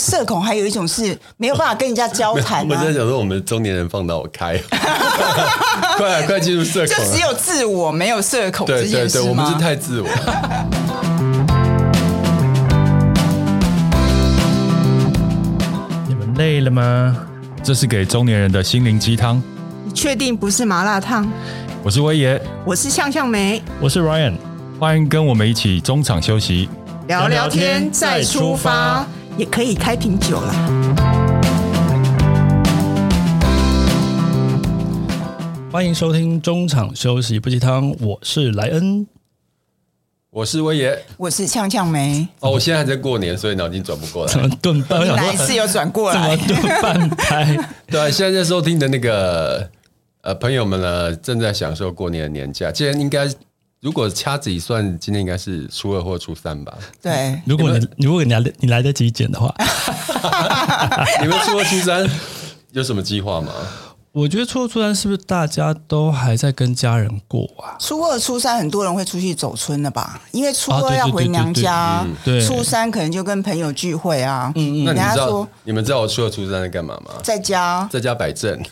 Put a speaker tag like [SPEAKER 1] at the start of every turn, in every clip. [SPEAKER 1] 社恐还有一种是没有办法跟人家交谈、
[SPEAKER 2] 我
[SPEAKER 1] 啊
[SPEAKER 2] 在，想说，我们中年人放到我开， 快快进入社
[SPEAKER 1] 就
[SPEAKER 2] 恐
[SPEAKER 1] 只
[SPEAKER 2] 了。
[SPEAKER 1] 有自我，没有社恐这
[SPEAKER 2] 哦对对
[SPEAKER 1] 件事
[SPEAKER 2] 对，
[SPEAKER 1] 吗？
[SPEAKER 2] 我们是太自我了。
[SPEAKER 3] 你们累了吗？这是给中年人的心灵鸡汤。
[SPEAKER 4] 你确定不是麻辣烫？
[SPEAKER 3] 我是威爷，
[SPEAKER 4] 我是向向梅，
[SPEAKER 3] 我是 Ryan，欢迎跟我们一起中场休息。
[SPEAKER 4] 聊聊天再出发，也可以开瓶酒了。
[SPEAKER 5] 欢迎收听中场休息不鸡汤，我是莱恩。
[SPEAKER 2] 我是威爷，
[SPEAKER 1] 我是呛呛梅，
[SPEAKER 2] 哦，我现在还在过年，所以脑筋转不过
[SPEAKER 5] 怎
[SPEAKER 2] 来。
[SPEAKER 5] 么顿
[SPEAKER 2] 哎
[SPEAKER 5] 半？我想
[SPEAKER 1] 来
[SPEAKER 5] 说
[SPEAKER 1] 是有转过
[SPEAKER 5] 怎么
[SPEAKER 1] 来，
[SPEAKER 5] 顿半拍？
[SPEAKER 2] 对啊，现在在收听的那个呃朋友们呢，正在享受过年的年假。今天应该如果掐指一算，今天应该是初二或初三 吧？
[SPEAKER 1] 对，
[SPEAKER 5] 如果你如果你来得你来得及剪的话，
[SPEAKER 2] 你们初二初三有什么计划吗？
[SPEAKER 5] 我觉得初二初三是不是大家都还在跟家人过啊？
[SPEAKER 1] 初二、初三很多人会出去走村了吧？因为初
[SPEAKER 5] 啊
[SPEAKER 1] 二
[SPEAKER 5] 对对
[SPEAKER 1] 要
[SPEAKER 5] 对
[SPEAKER 1] 回
[SPEAKER 5] 对
[SPEAKER 1] 娘
[SPEAKER 5] 对
[SPEAKER 1] 家，
[SPEAKER 5] 对
[SPEAKER 1] 初三可能就跟朋友聚会啊。嗯嗯，人
[SPEAKER 2] 嗯那你们
[SPEAKER 1] 家
[SPEAKER 2] 知
[SPEAKER 1] 说
[SPEAKER 2] 道啊你们知道我初二初三在干嘛吗？
[SPEAKER 1] 在家
[SPEAKER 2] 在家摆正。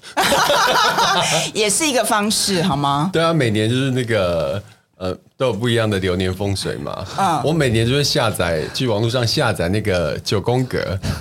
[SPEAKER 1] 也是一个方式，好吗？
[SPEAKER 2] 对啊，每年就是那个呃，都有不一样的流年风水嘛。我每年就是下载去网络上下载那个九宫格，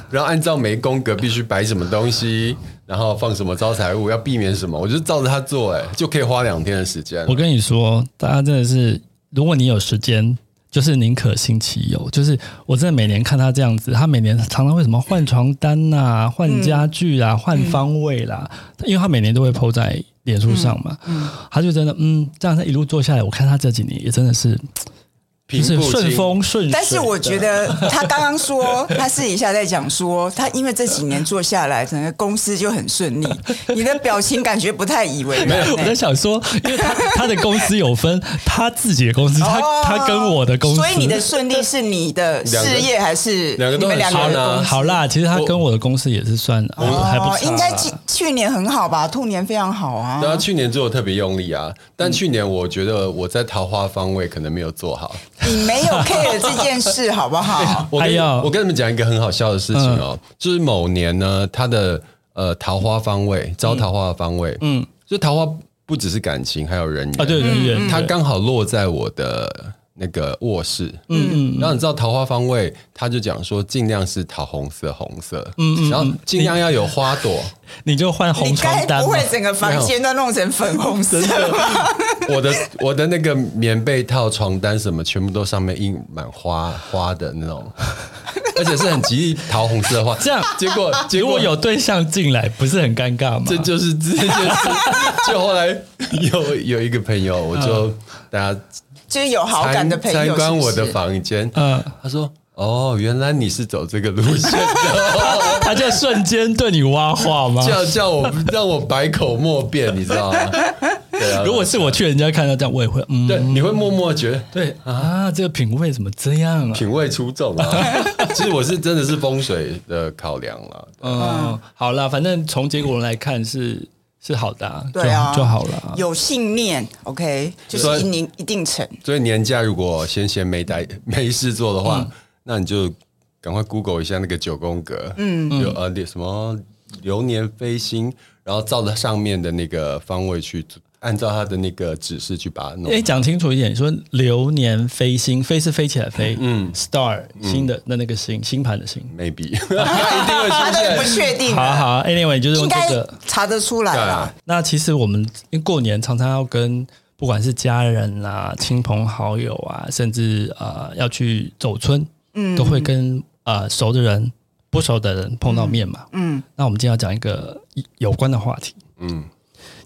[SPEAKER 2] 然后按照每一宫格必须摆什么东西，然后放什么招财物，要避免什么，我就照着它做、哎，就可以花两天的时间。
[SPEAKER 5] 我跟你说，大家真的是，如果你有时间，就是宁可信其有。就是我真的每年看他这样子，他每年常常会什么换床单呐、
[SPEAKER 1] 嗯
[SPEAKER 5] 换家具啊、换方位啦、因为他每年都会 PO 在脸书上嘛、
[SPEAKER 1] 嗯
[SPEAKER 5] 他就真的嗯，这样他一路做下来，我看他这几年也真的是就
[SPEAKER 2] 平
[SPEAKER 5] 是
[SPEAKER 2] 步
[SPEAKER 5] 顺
[SPEAKER 2] 青
[SPEAKER 5] 风啊顺水。
[SPEAKER 1] 但是我觉
[SPEAKER 5] 得，
[SPEAKER 1] 得他刚刚说，他私底下在讲说，他因为这几年做下来，整个公司就很顺利。你的表情感觉不太以为然、
[SPEAKER 5] 我在
[SPEAKER 1] 欸。
[SPEAKER 5] 想说，因为他他的公司有分 他自己的公司，他
[SPEAKER 1] 哦
[SPEAKER 5] 他跟我的公司，
[SPEAKER 1] 所以你的顺利是你的
[SPEAKER 2] 两个
[SPEAKER 1] 事业还是
[SPEAKER 2] 两个
[SPEAKER 1] 你
[SPEAKER 2] 都
[SPEAKER 1] 们
[SPEAKER 2] 很
[SPEAKER 1] 两个
[SPEAKER 2] 顺
[SPEAKER 1] 人
[SPEAKER 2] 啊
[SPEAKER 1] 公司
[SPEAKER 5] 好啦，其实他跟我的公司也是算还不
[SPEAKER 1] 哦，
[SPEAKER 5] 错啦，
[SPEAKER 1] 应该去去年很好吧？兔年非常好啊。
[SPEAKER 2] 然后去年做的特别用力啊，但去年我觉得我在桃花方位可能没有做好。
[SPEAKER 1] 你没有 care 这件事，好不 好？
[SPEAKER 2] 我跟、
[SPEAKER 5] 哎呦
[SPEAKER 2] 我跟你们讲一个很好笑的事情哦，就是某年呢，他的呃桃花方位招桃花的方位，嗯，就桃花不只是感情，还有人缘
[SPEAKER 5] 啊，对，人员，
[SPEAKER 2] 它刚好落在我的那个卧室，嗯嗯，然后你知道桃花方位，他就讲说尽量是桃红色、红色，嗯嗯，然后尽量要有花朵。
[SPEAKER 5] 你就换红
[SPEAKER 1] 你
[SPEAKER 5] 床
[SPEAKER 1] 该
[SPEAKER 5] 单
[SPEAKER 1] 不
[SPEAKER 5] 嘛
[SPEAKER 1] 会整个房间都弄成粉红色吧？
[SPEAKER 2] 我的我的那个棉被套、床单什么，全部都上面印满花花的那种，而且是很吉利桃红色的花。
[SPEAKER 5] 这样
[SPEAKER 2] 结果结
[SPEAKER 5] 如
[SPEAKER 2] 果
[SPEAKER 5] 果有对象进来，不是很尴尬吗？
[SPEAKER 2] 这就是 这件事。就后来有有一个朋友，我就大家
[SPEAKER 1] 就是有好感
[SPEAKER 2] 参
[SPEAKER 1] 的朋友
[SPEAKER 2] 参观我
[SPEAKER 1] 是
[SPEAKER 2] 的
[SPEAKER 1] 不是
[SPEAKER 2] 房间，
[SPEAKER 5] 嗯，
[SPEAKER 2] 他说：“哦，原来你是走这个路线 的，
[SPEAKER 5] 他就瞬间对你挖话吗？
[SPEAKER 2] 叫叫我让我百口莫辩，你知道吗？”对啊，
[SPEAKER 5] 如果是我去人家看到这样，我也会嗯，
[SPEAKER 2] 对，你会默默觉得
[SPEAKER 5] 对啊，这个品味怎么这样啊？
[SPEAKER 2] 品味出众啊。其实我是真的是风水的考量了，
[SPEAKER 5] 嗯，好啦，反正从结果来看是是好的、啊，
[SPEAKER 1] 对啊
[SPEAKER 5] 就就好了啊。
[SPEAKER 1] 有信念，OK，就是一定一定成。
[SPEAKER 2] 所以年假如果闲闲没待没事做的话，那你就赶快 Google 一下那个九宫格，嗯，有呃什么流年飞星，然后照着上面的那个方位去，按照它的那个指示去把它弄。
[SPEAKER 5] 哎，讲清楚一点，说流年飞星，飞是飞起来飞，嗯，star 新的那那个星星盘的星。
[SPEAKER 2] maybe 一定会出
[SPEAKER 1] 他都
[SPEAKER 2] 现
[SPEAKER 1] 不。 确定
[SPEAKER 5] 好啊
[SPEAKER 1] 了，
[SPEAKER 5] 好啊，anyway 就是
[SPEAKER 1] 应
[SPEAKER 5] 用
[SPEAKER 1] 该
[SPEAKER 5] 这个。
[SPEAKER 1] 查得出来啦。
[SPEAKER 2] 啊
[SPEAKER 5] 那其实我们因为过年常常要跟不管是家人啊、亲朋好友啊，甚至呃要去走村，嗯，都会跟呃熟的人、不熟的人碰到面嘛。
[SPEAKER 1] 嗯，
[SPEAKER 5] 那我们今天要讲一个有关的话题，
[SPEAKER 2] 嗯，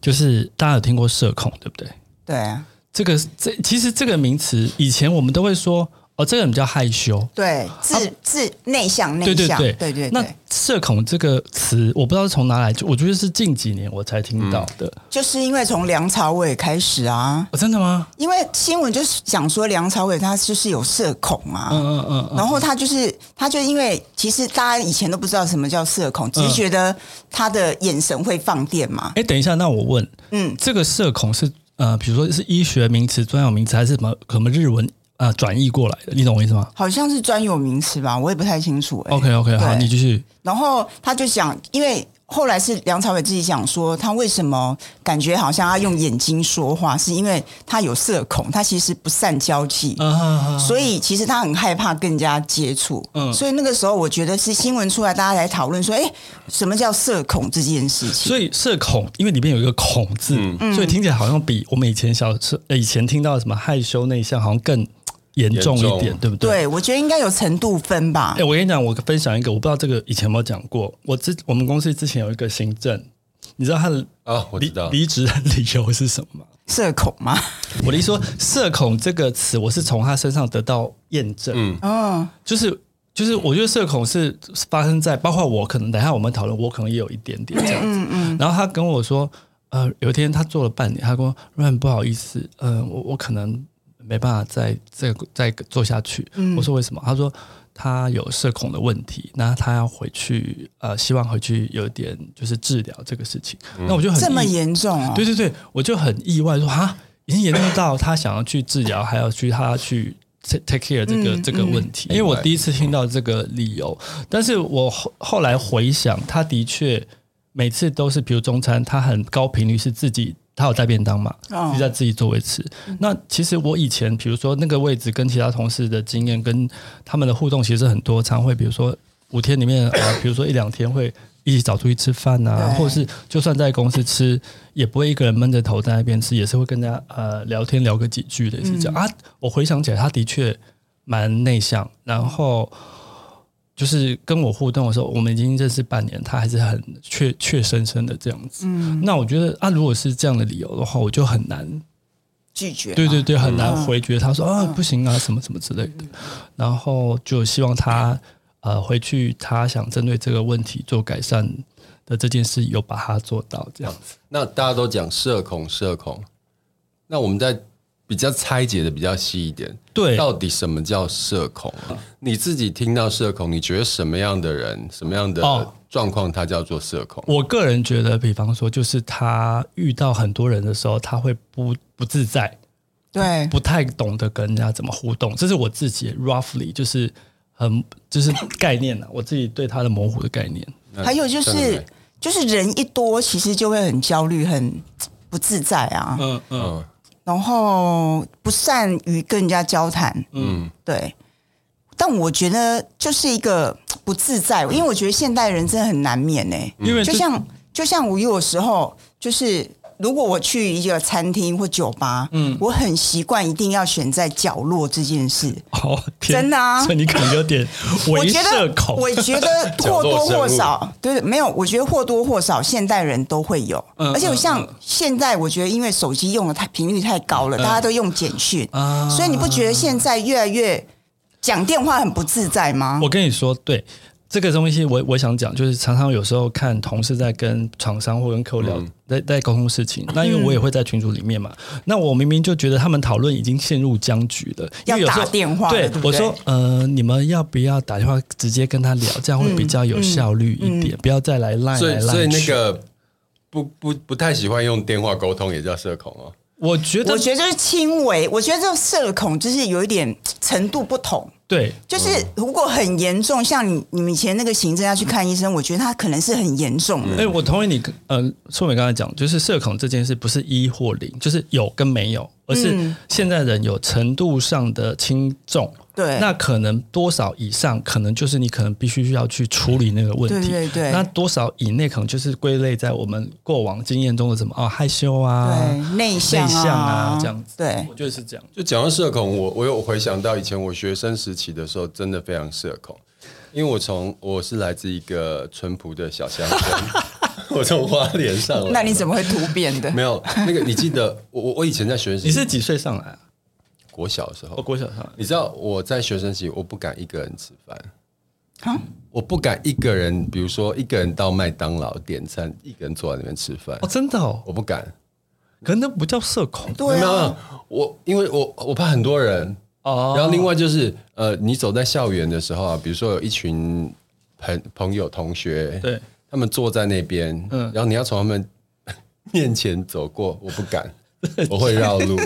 [SPEAKER 5] 就是大家有听过社恐，对不对？
[SPEAKER 1] 对啊，
[SPEAKER 5] 这个这其实这个名词以前我们都会说哦，这个人比较害羞，
[SPEAKER 1] 对，自自内向内
[SPEAKER 5] 对对
[SPEAKER 1] 向，
[SPEAKER 5] 对
[SPEAKER 1] 对对
[SPEAKER 5] 那
[SPEAKER 1] 对，
[SPEAKER 5] 社恐这个词，我不知道是从哪来，就我觉得是近几年我才听到的。
[SPEAKER 1] 就是因为从梁朝伟开始啊，
[SPEAKER 5] 哦，真的吗？
[SPEAKER 1] 因为新闻就是讲说梁朝伟他就是有社恐啊，
[SPEAKER 5] 嗯嗯嗯嗯。
[SPEAKER 1] 然后他就是，他就因为其实大家以前都不知道什么叫社
[SPEAKER 5] 嗯
[SPEAKER 1] 恐，只是觉得他的眼神会放电嘛。
[SPEAKER 5] 哎，等一下，那我问，
[SPEAKER 1] 嗯，
[SPEAKER 5] 这个社恐是呃，比如说是医学名词、专有名词，还是什么什么日文呃转译过来的，你懂我意思吗
[SPEAKER 1] 好像是专有名词吧，我也不太清楚、欸。
[SPEAKER 5] ？OK OK，好，
[SPEAKER 1] 对
[SPEAKER 5] 你继续。
[SPEAKER 1] 然后他就讲，因为后来是梁朝伟自己讲说，他为什么感觉好像他用眼睛说话，是因为他有社恐，他其实不善交际。
[SPEAKER 5] 啊，
[SPEAKER 1] 所以其实他很害怕跟人家接触，
[SPEAKER 5] 嗯
[SPEAKER 1] 所以那个时候我觉得是新闻出来，大家来讨论说，哎、什么叫社恐这件事情？
[SPEAKER 5] 所以社恐，因为里面有一个“恐”字，所以听起来好像比我们以前小时呃以前听到的什么害羞内向，好像更严重一
[SPEAKER 2] 严
[SPEAKER 5] 点，
[SPEAKER 2] 重
[SPEAKER 5] 对不对？
[SPEAKER 1] 对，我觉得应该有程度分吧
[SPEAKER 5] 哎、。我跟你讲，我分享一个，我不知道这个以前有没有讲过。我之我们公司之前有一个行政，你知道他的
[SPEAKER 2] 啊，我知
[SPEAKER 5] 离
[SPEAKER 2] 道，
[SPEAKER 5] 离职的理由是什么吗？
[SPEAKER 1] 社恐吗？
[SPEAKER 5] 我的意思说，社恐这个词，我是从他身上得到验证。
[SPEAKER 2] 嗯
[SPEAKER 1] 嗯，
[SPEAKER 5] 就是就是，我觉得社恐是发生在包括我可能，等一下我们讨论，我可能也有一点
[SPEAKER 1] 嗯
[SPEAKER 5] 点这样子。然后他跟我说，呃，有一天他做了半年，他跟我说，Ryan 不好意思，呃，我我可能没办法再再再做下去。
[SPEAKER 1] 嗯
[SPEAKER 5] 我说为什么？他说他有社恐的问题，那他要回去，呃，希望回去有一点就是治疗这个事情。那我 就很
[SPEAKER 1] 这么
[SPEAKER 5] 意
[SPEAKER 1] 严重哦、
[SPEAKER 5] 对对对，我就很意外说哈，已经严重到他想要去治疗，还要去他去 take take care 这个、这个问题。嗯因为我第一次听到这个理由，但是我后后来回想，他的确每次都是，比如中餐，他很高频率是自己。他有带便当嘛？嗯
[SPEAKER 1] 哦
[SPEAKER 5] 就在自己座位吃。那其实我以前，比如说那个位置跟其他同事的经验，跟他们的互动其实很多，常会比如说五天里面啊、呃比如说一两天会一起找出去吃饭啊，
[SPEAKER 1] 对
[SPEAKER 5] 或者是就算在公司吃，也不会一个人闷着头在那边吃，也是会跟人家呃聊天聊个几句的，是这样、啊。我回想起来，他的确蛮内向，然后就是跟我互动的时候，我们已经认识半年，他还是很怯怯生生的这样子。那我觉得啊，如果是这样的理由的话，我就很难
[SPEAKER 1] 拒绝嘛。
[SPEAKER 5] 对对对，很
[SPEAKER 1] 嗯
[SPEAKER 5] 难回绝他说啊不行啊什么什么之类的，然后就希望他呃回去他想针对这个问题做改善的这件事有把它做到这样子。
[SPEAKER 2] 那大家都讲社恐，社恐，那我们在比较拆解的比较细一点，
[SPEAKER 5] 对
[SPEAKER 2] 到底什么叫社恐啊、你自己听到社恐，你觉得什么样的人，什么样
[SPEAKER 5] 哦
[SPEAKER 2] 的状况，它叫做社恐？
[SPEAKER 5] 我个人觉得，比方说就是他遇到很多人的时候，他会不不自在，
[SPEAKER 1] 对
[SPEAKER 5] 不太懂得跟人家怎么互动，这是我自己 roughly 就是很就是概念啊，我自己对他的模糊的概念。
[SPEAKER 2] 那
[SPEAKER 1] 嗯还有就
[SPEAKER 2] 这样子
[SPEAKER 1] 是
[SPEAKER 2] 来，
[SPEAKER 1] 就是人一多，其实就会很焦虑、很不自在啊，
[SPEAKER 5] 嗯嗯，
[SPEAKER 2] 嗯，
[SPEAKER 1] 然后不善于跟人家交谈。嗯，对。但我觉得就是一个不自在，因为我觉得现代人真的很难免欸呢、
[SPEAKER 5] 因为
[SPEAKER 1] 就
[SPEAKER 5] 这
[SPEAKER 1] 像就像我有时候就是。如果我去一个餐厅或酒吧，嗯，我很习惯一定要选在角落这件事。
[SPEAKER 5] 哦天
[SPEAKER 1] 真的啊
[SPEAKER 5] 所以你可能有点
[SPEAKER 1] 我
[SPEAKER 5] 为
[SPEAKER 1] 觉
[SPEAKER 5] 社
[SPEAKER 1] 得，
[SPEAKER 5] 恐。
[SPEAKER 1] 我觉 得
[SPEAKER 2] 角
[SPEAKER 1] 或
[SPEAKER 2] 落
[SPEAKER 1] 多
[SPEAKER 2] 生
[SPEAKER 1] 或
[SPEAKER 2] 物
[SPEAKER 1] 少，对，没有，我觉得或多或少现代人都会有，
[SPEAKER 5] 嗯
[SPEAKER 1] 而且我
[SPEAKER 5] 嗯
[SPEAKER 1] 像
[SPEAKER 5] 嗯
[SPEAKER 1] 现在，我觉得因为手机用的太频率太高了，大家都用简讯，
[SPEAKER 5] 啊
[SPEAKER 1] 所以你不觉得现在越来越讲电话很不自在吗？
[SPEAKER 5] 我跟你说，对这个东西我，我想讲，就是常常有时候看同事在跟厂商或跟客户聊，
[SPEAKER 2] 嗯
[SPEAKER 5] 在在沟通事情。那因
[SPEAKER 1] 嗯
[SPEAKER 5] 为我也会在群组里面嘛，那我明明就觉得他们讨论已经陷入僵局了，因
[SPEAKER 1] 要
[SPEAKER 5] 为有时候
[SPEAKER 1] 打电话了
[SPEAKER 5] 对
[SPEAKER 1] 对不
[SPEAKER 5] 我
[SPEAKER 1] 对
[SPEAKER 5] 说，呃，你们要不要打电话直接跟他聊，这样
[SPEAKER 1] 嗯
[SPEAKER 5] 会比较有效率一点，不要再来
[SPEAKER 1] 哎
[SPEAKER 5] 赖
[SPEAKER 2] 所
[SPEAKER 5] 来
[SPEAKER 2] 以所
[SPEAKER 5] 赖
[SPEAKER 2] 以那
[SPEAKER 5] 去。
[SPEAKER 2] 个不不不太喜欢用电话沟通，也叫社恐哦。
[SPEAKER 5] 我觉得
[SPEAKER 1] 我觉得就是轻微，我觉得这个社恐就是有一点程度不同。
[SPEAKER 5] 对，
[SPEAKER 1] 就是如果很严重，像你你们以前那个行政要去看医生，我觉得他可能是很严重的。
[SPEAKER 5] 哎、我同意你，呃，硕美刚才讲，就是社恐这件事不是一或零，就是有跟没有，
[SPEAKER 1] 嗯
[SPEAKER 5] 而是现在人有程度上的轻重。
[SPEAKER 1] 对
[SPEAKER 5] 那可能多少以上，可能就是你可能必须要去处理那个问题。
[SPEAKER 1] 对对对
[SPEAKER 5] 那多少以内，可能就是归类在我们过往经验中的什么啊，害羞啊，
[SPEAKER 1] 对，内向啊，
[SPEAKER 5] 内向啊这样子
[SPEAKER 1] 对，
[SPEAKER 5] 我觉得是这样。
[SPEAKER 2] 就讲到社恐，我我有回想到以前我学生时期的时候，真的非常社恐，因为我从我是来自一个淳朴的小乡 村，我从花莲上来的。
[SPEAKER 1] 那你怎么会突变的？
[SPEAKER 2] 没有那个？你记得我我我以前在学生时期，
[SPEAKER 5] 你是几岁上来啊？
[SPEAKER 2] 国小的时
[SPEAKER 5] 我
[SPEAKER 2] 候，
[SPEAKER 5] 国小上来。
[SPEAKER 2] 你知道我在学生时期，我不敢一个人吃饭。
[SPEAKER 1] 啊
[SPEAKER 2] 我不敢一个人，比如说一个人到麦当劳点餐，一个人坐在那边吃饭
[SPEAKER 5] 哦，，真的哦，
[SPEAKER 2] 我不敢。
[SPEAKER 5] 可能那不叫社恐
[SPEAKER 1] 对
[SPEAKER 2] 没有没
[SPEAKER 1] 啊，
[SPEAKER 2] 有，我因为我我怕很多人，
[SPEAKER 5] 哦。
[SPEAKER 2] 然后另外就是，呃，你走在校园的时候啊，比如说有一群朋朋友、同学，
[SPEAKER 5] 对，
[SPEAKER 2] 他们坐在那边，
[SPEAKER 5] 嗯
[SPEAKER 2] 然后你要 从他们面前走过，我不敢，我会绕路。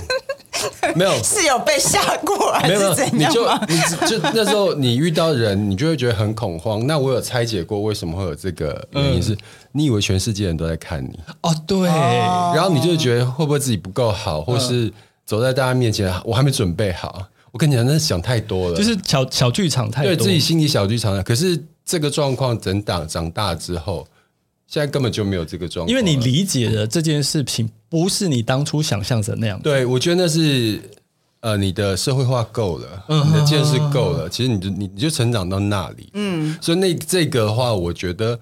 [SPEAKER 2] 没有
[SPEAKER 1] 是有被吓过 还
[SPEAKER 2] 没有没
[SPEAKER 1] 是
[SPEAKER 2] 有，
[SPEAKER 1] 怎
[SPEAKER 2] 你
[SPEAKER 1] 样啊
[SPEAKER 2] 就
[SPEAKER 1] 吗？
[SPEAKER 2] 你就那时候你遇到人，你就会觉得很恐慌。那我有拆解过为什么会有这个原因是，
[SPEAKER 5] 嗯
[SPEAKER 2] 你以为全世界人都在看你，
[SPEAKER 5] 哦，嗯对，
[SPEAKER 2] 然后你就觉得会不会自己不够好，或是走在大家面前啊我还没准备好。我跟你讲，那想太多了，
[SPEAKER 5] 就是小小剧场太多，
[SPEAKER 2] 对自己心里小剧场。可是这个状况整长长大之后，现在根本就没有这个状况，
[SPEAKER 5] 因为你。理解了这件事情不是你当初想象的那样。
[SPEAKER 2] 对，我觉得那是呃，你的社会化够了，
[SPEAKER 5] 嗯
[SPEAKER 2] 你的见识够了，其实你就你你就成长到那里，嗯，所以那这个的话，我觉得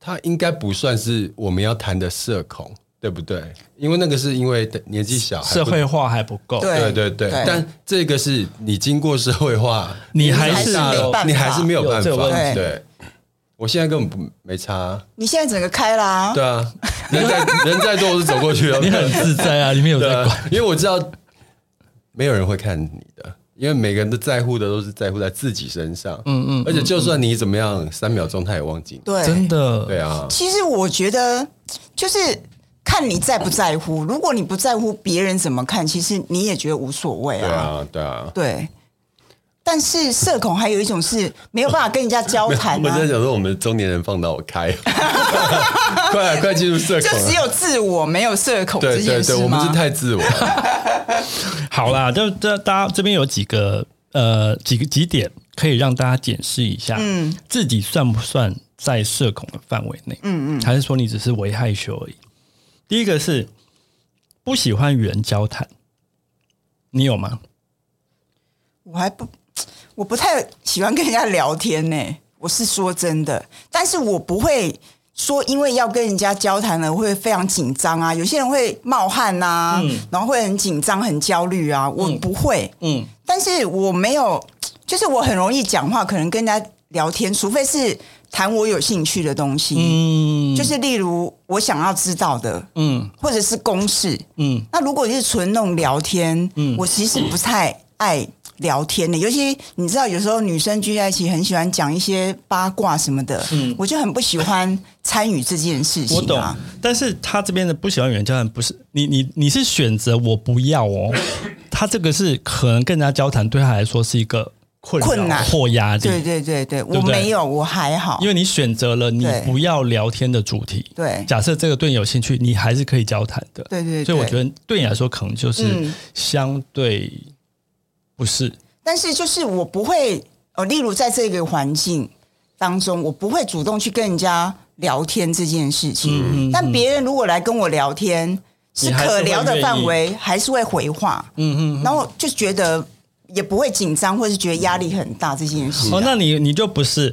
[SPEAKER 2] 它应该不算是我们要谈的社恐，对不对？因为那个是因为年纪小，还
[SPEAKER 5] 社
[SPEAKER 2] 不
[SPEAKER 5] 会化还不够，
[SPEAKER 1] 对
[SPEAKER 2] 对对对，
[SPEAKER 1] 对
[SPEAKER 2] 但这个是你经过社会化，
[SPEAKER 5] 你还
[SPEAKER 2] 年纪
[SPEAKER 5] 是
[SPEAKER 2] 大
[SPEAKER 5] 有
[SPEAKER 2] 了
[SPEAKER 1] 办法
[SPEAKER 2] 你还是没有办
[SPEAKER 5] 有这个问
[SPEAKER 2] 法，
[SPEAKER 1] 题
[SPEAKER 2] 对。我现在根本不没差啊、
[SPEAKER 1] 你现在整个开啦、
[SPEAKER 2] 对啊，人再 人再多我是走过去了，
[SPEAKER 5] 你很自在啊，里面有
[SPEAKER 2] 对
[SPEAKER 5] 在
[SPEAKER 2] 啊
[SPEAKER 5] 管。，
[SPEAKER 2] 因为我知道没有人会看你的，因为每个人都在乎的都是在乎在自己身上。嗯嗯，而且就算你怎么样，三秒钟他也忘记你。
[SPEAKER 1] 对，
[SPEAKER 5] 真的，
[SPEAKER 2] 对啊，
[SPEAKER 1] 其实我觉得就是看你在不在乎。如果你不在乎别人怎么看，其实你也觉得无所谓
[SPEAKER 2] 对啊，对啊。
[SPEAKER 1] 对。但是社恐还有一种是没有办法跟人家交谈
[SPEAKER 2] 我
[SPEAKER 1] 啊
[SPEAKER 2] 在，想说，我们中年人放到 我开，快啊快进入社
[SPEAKER 1] 就
[SPEAKER 2] 恐
[SPEAKER 1] 只
[SPEAKER 2] 了。
[SPEAKER 1] 有自我没有社恐这
[SPEAKER 2] 对对
[SPEAKER 1] 件事
[SPEAKER 2] 对，我们
[SPEAKER 1] 吗
[SPEAKER 2] 是？太自我了。
[SPEAKER 5] 好啦，就这大家这边有几个呃几个几点可以让大家检视一下，嗯，自己算不算在社恐的范围内？嗯嗯，还是说你只是为害羞而已？第一个是不喜欢与人交谈，你有吗？
[SPEAKER 1] 我还不，我不太喜欢跟人家聊天呢、我是说真的，但是我不会说因为要跟人家交谈了会非常紧张啊。有些人会冒汗啊，然后会很紧张、很焦虑啊，我不会。
[SPEAKER 5] 嗯，
[SPEAKER 1] 但是我没有，就是我很容易讲话，可能跟人家聊天，除非是谈我有兴趣的东西，
[SPEAKER 5] 嗯，
[SPEAKER 1] 就是例如我想要知道的，
[SPEAKER 5] 嗯
[SPEAKER 1] 或者是公事。
[SPEAKER 5] 嗯，
[SPEAKER 1] 那如果是纯那种聊天，我其实不太爱聊天的，尤其你知道，有时候女生聚在一起很喜欢讲一些八卦什么的，我就很不喜欢参与这件事情、啊。
[SPEAKER 5] 我懂，但是他这边的不喜欢与人交谈，不是你你你是选择我不要哦，他这个是可能跟人家交谈对他来说是一个困扰
[SPEAKER 1] 困难
[SPEAKER 5] 或压力，
[SPEAKER 1] 对对对对，
[SPEAKER 5] 对
[SPEAKER 1] 我
[SPEAKER 5] 不对
[SPEAKER 1] 没有，我还好，
[SPEAKER 5] 因为你选择了你
[SPEAKER 1] 对
[SPEAKER 5] 不要聊天的主题。
[SPEAKER 1] 对
[SPEAKER 5] 假设这个对你有兴趣，你还是可以交谈的。
[SPEAKER 1] 对对对
[SPEAKER 5] 所以我觉得对你来说，可能就是
[SPEAKER 1] 嗯
[SPEAKER 5] 相对不是。
[SPEAKER 1] 但是就是我不会，呃，例如在这个环境当中，我不会主动去跟人家聊天这件事情。但别人如果来跟我聊天，是
[SPEAKER 5] 嗯你还是
[SPEAKER 1] 可聊
[SPEAKER 5] 会愿
[SPEAKER 1] 的
[SPEAKER 5] 意
[SPEAKER 1] 范围，还是会回话。嗯嗯，然后就觉得也不会紧张，或是觉得压力很大这件事。
[SPEAKER 5] 哦，那你你就不 是，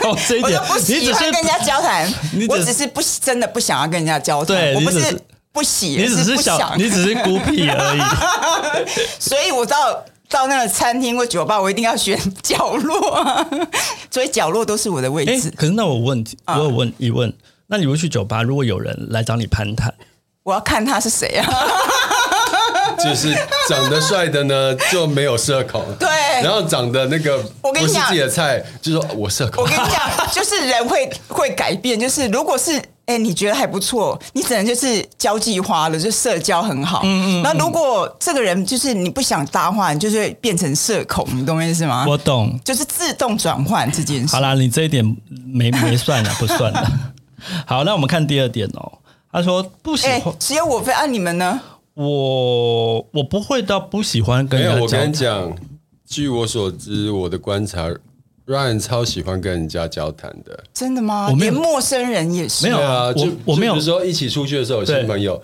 [SPEAKER 5] 从这一
[SPEAKER 1] 啊我就不，
[SPEAKER 5] 点你
[SPEAKER 1] 喜
[SPEAKER 5] 只是
[SPEAKER 1] 欢跟人家交谈
[SPEAKER 5] 你只，
[SPEAKER 1] 我只是不真的不想要跟人家交谈
[SPEAKER 5] 对，
[SPEAKER 1] 我不
[SPEAKER 5] 你只
[SPEAKER 1] 是
[SPEAKER 5] 是
[SPEAKER 1] 不喜，
[SPEAKER 5] 你只
[SPEAKER 1] 是
[SPEAKER 5] 是
[SPEAKER 1] 不
[SPEAKER 5] 小，
[SPEAKER 1] 想
[SPEAKER 5] 你只是孤 僻而已。
[SPEAKER 1] 所以我到到那个餐厅或酒吧，我一定要选角落、所以角落都是啊我的位
[SPEAKER 5] 哎、
[SPEAKER 1] 置。
[SPEAKER 5] 可是那我问，我有问疑问，那你如果去酒吧，如果有人来找你攀谈，
[SPEAKER 1] 我要看他是谁啊？
[SPEAKER 2] 就是长得帅的呢就没有社恐，
[SPEAKER 1] 对
[SPEAKER 2] 然后长得那个
[SPEAKER 1] 我跟你
[SPEAKER 2] 不是
[SPEAKER 1] 讲
[SPEAKER 2] 自己的菜，就说我社
[SPEAKER 1] 我
[SPEAKER 2] 恐
[SPEAKER 1] 跟。你讲，就是人会会改变，就是如果是。哎、你觉得还不错，你只能就是交际花了，就社交很好。嗯嗯那如果这个人就是你不想搭话，你就是会变成社恐，你懂我意思吗？
[SPEAKER 5] 我懂。
[SPEAKER 1] 就是自动转换这件事
[SPEAKER 5] 好。啦，你这一点没没算了，不 算了。好，那我们看第二点哦。他说不喜
[SPEAKER 1] 哎、
[SPEAKER 5] 欢、
[SPEAKER 1] 只有我非按、啊、你们呢？
[SPEAKER 5] 我，我不会到不喜欢跟
[SPEAKER 2] 没有，
[SPEAKER 5] 人
[SPEAKER 2] 我
[SPEAKER 5] 家
[SPEAKER 2] 跟你
[SPEAKER 5] 交谈。
[SPEAKER 2] 讲，据我所知，我的观察，Ryan 超喜欢跟人家交谈的。
[SPEAKER 1] 真的吗？
[SPEAKER 5] 我没有
[SPEAKER 1] 连陌生人也是
[SPEAKER 5] 没有
[SPEAKER 2] 对啊，
[SPEAKER 5] 我
[SPEAKER 2] 就
[SPEAKER 5] 我
[SPEAKER 2] 就
[SPEAKER 5] 没有
[SPEAKER 2] 比如说一起出去的时候，有
[SPEAKER 5] 对
[SPEAKER 2] 新朋友，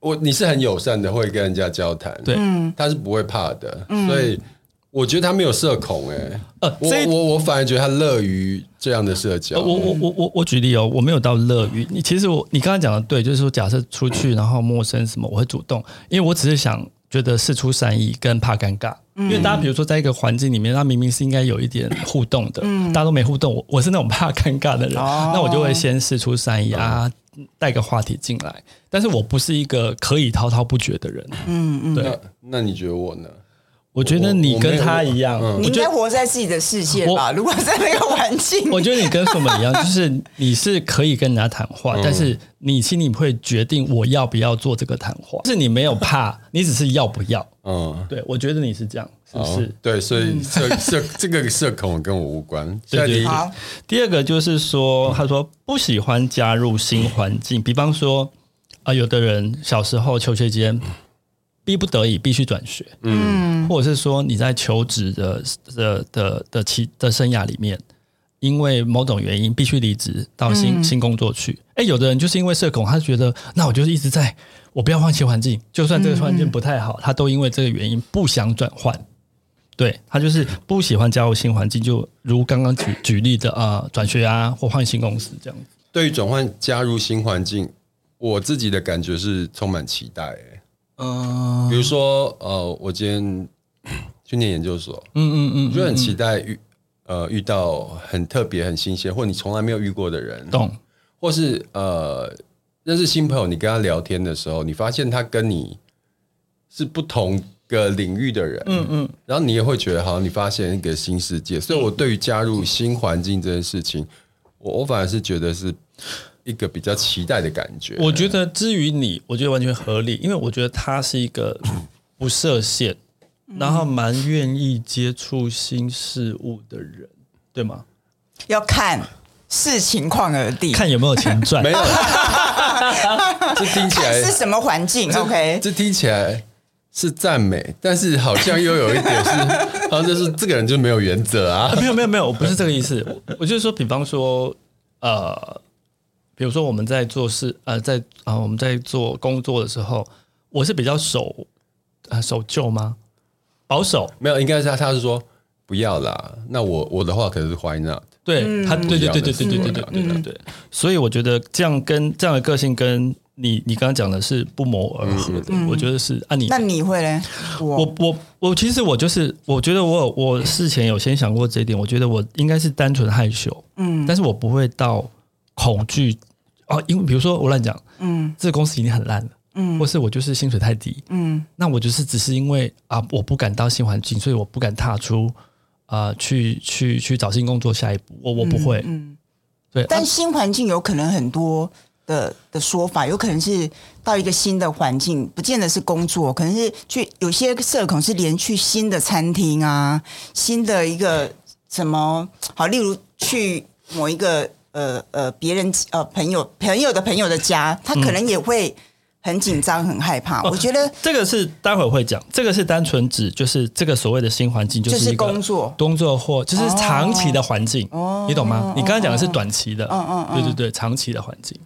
[SPEAKER 2] 我你是很友善的，会跟人家交谈，
[SPEAKER 5] 对，
[SPEAKER 2] 他是不会怕的，所以我觉得他没有社恐、哎、
[SPEAKER 5] 呃
[SPEAKER 2] 我
[SPEAKER 5] 这一
[SPEAKER 2] 我我反而觉得他乐于这样的社
[SPEAKER 5] 呃
[SPEAKER 2] 交。
[SPEAKER 5] 我我我我我举例哦，我没有到乐于你。其实我你刚刚讲的对，就是说假设出去然后陌生什么，我会主动，因为我只是想觉得事出善意跟怕尴尬。因为大家比如说在一个环境里面，那明明是应该有一点互动的，大家都没互动，我我是那种怕尴尬的人，
[SPEAKER 1] 哦
[SPEAKER 5] 那我就会先事出善意啊，带个话题进来。但是我不是一个可以滔滔不绝的人，
[SPEAKER 2] 那那你觉得我呢？
[SPEAKER 5] 我觉得你跟他一样，
[SPEAKER 2] 我我没有嗯
[SPEAKER 1] 你
[SPEAKER 5] 我
[SPEAKER 1] 应
[SPEAKER 5] 觉
[SPEAKER 1] 该
[SPEAKER 5] 得
[SPEAKER 1] 活在自己的世界吧？如果在那个环境，
[SPEAKER 5] 我觉得你跟什么一样，就是你是可以跟人家谈话，但是你心里会决定我要不要做这个谈话，就是你没有怕，你只是要不要。
[SPEAKER 2] 嗯，
[SPEAKER 5] 对，我觉得你是这样，是不
[SPEAKER 2] 好
[SPEAKER 5] 是？
[SPEAKER 2] 对，所以社社这个社恐跟我无关。
[SPEAKER 5] 对
[SPEAKER 2] 下一
[SPEAKER 5] 对
[SPEAKER 2] 题
[SPEAKER 5] 对
[SPEAKER 1] 好，
[SPEAKER 5] 第二个就是说，他说不喜欢加入新环境，比方说啊、有的人小时候求学间逼不得已必须转学，嗯，或者是说你在求职的的的的其的生涯里面，因为某种原因必须离职到新、新工作去。哎，有的人就是因为社恐，他觉得那我就是一直在，我不要换新环境，就算这个环境不太好，他都因为这个原因不想转换。对他就是不喜欢加入新环境，就如刚刚举举例的啊、呃转学啊或换新公司这样子。
[SPEAKER 2] 对于转换加入新环境，我自己的感觉是充满期待、欸。
[SPEAKER 5] 嗯
[SPEAKER 2] 比如说，呃，我今天 去念研究所，
[SPEAKER 5] 嗯嗯
[SPEAKER 2] 我就很期待遇呃遇到很特别、很新鲜，或你从来没有遇过的人
[SPEAKER 5] 嗯，，懂
[SPEAKER 2] 或是呃认识新朋友，你跟他聊天的时候，你发现他跟你是不同个领域的人，嗯嗯，然后你也会觉得好像你发现一个新世界。所以我对于加入新环境这件事情，我我反而是觉得是一个比较期待的感觉。
[SPEAKER 5] 我觉得至于你，我觉得完全合理，因为我觉得他是一个不设限，然后蛮愿意接触新事物的人，对吗？
[SPEAKER 1] 要看视情况而定，
[SPEAKER 5] 看有没有钱赚
[SPEAKER 2] 没。有，这听 起
[SPEAKER 1] 看
[SPEAKER 2] 来
[SPEAKER 1] 是什么环境。
[SPEAKER 2] 这
[SPEAKER 1] OK，
[SPEAKER 2] 这听起来是赞美，但是好像又有一点是，好像就是这个人就没有原则啊
[SPEAKER 5] 啊。 没有没有 没有，我不是这个意思，我我就是说，比方说，呃，比如说我们在做事，呃，在啊、我们在做工作的时候，我是比较守啊、守旧吗？保守，
[SPEAKER 2] 没有，应该是他，他是说不要啦。那我我的话可能是 why not？
[SPEAKER 5] 对、他，对对
[SPEAKER 2] 嗯不一
[SPEAKER 5] 对
[SPEAKER 2] 样的嗯
[SPEAKER 5] 对对对对对对对对，所以我觉得这样跟这样的个性跟你你刚刚讲的是不谋而合的，
[SPEAKER 2] 嗯
[SPEAKER 5] 我觉得是啊按、你
[SPEAKER 1] 那你会嘞？我
[SPEAKER 5] 我我我其实我就是，我觉得我有我事前有先想过这一点，我觉得我应该是单纯害羞，嗯，但是我不会到恐惧哦，因为比如说我乱讲，嗯，这个公司已经很烂了，嗯，或是我就是薪水太低，嗯，那我就是只是因为啊，我不敢到新环境，所以我不敢踏出啊、去去去找新工作下一步，我我不会，嗯，对，
[SPEAKER 1] 但
[SPEAKER 5] 啊
[SPEAKER 1] 新环境有可能很多的的说法，有可能是到一个新的环境，不见得是工作，可能是去有些社恐是连去新的餐厅啊，新的一个什么好，例如去某一个呃呃别人呃朋友朋友的朋友的家，他可能也会很紧张、很害怕。我觉得
[SPEAKER 5] 这个是待会儿会讲，这个是单纯指就是这个所谓的新环境，
[SPEAKER 1] 就是是
[SPEAKER 5] 一个
[SPEAKER 1] 工作哦
[SPEAKER 5] 工作或就是长期的环境，你懂吗？你刚刚讲的是短期的，嗯嗯，对对对，长期的环境。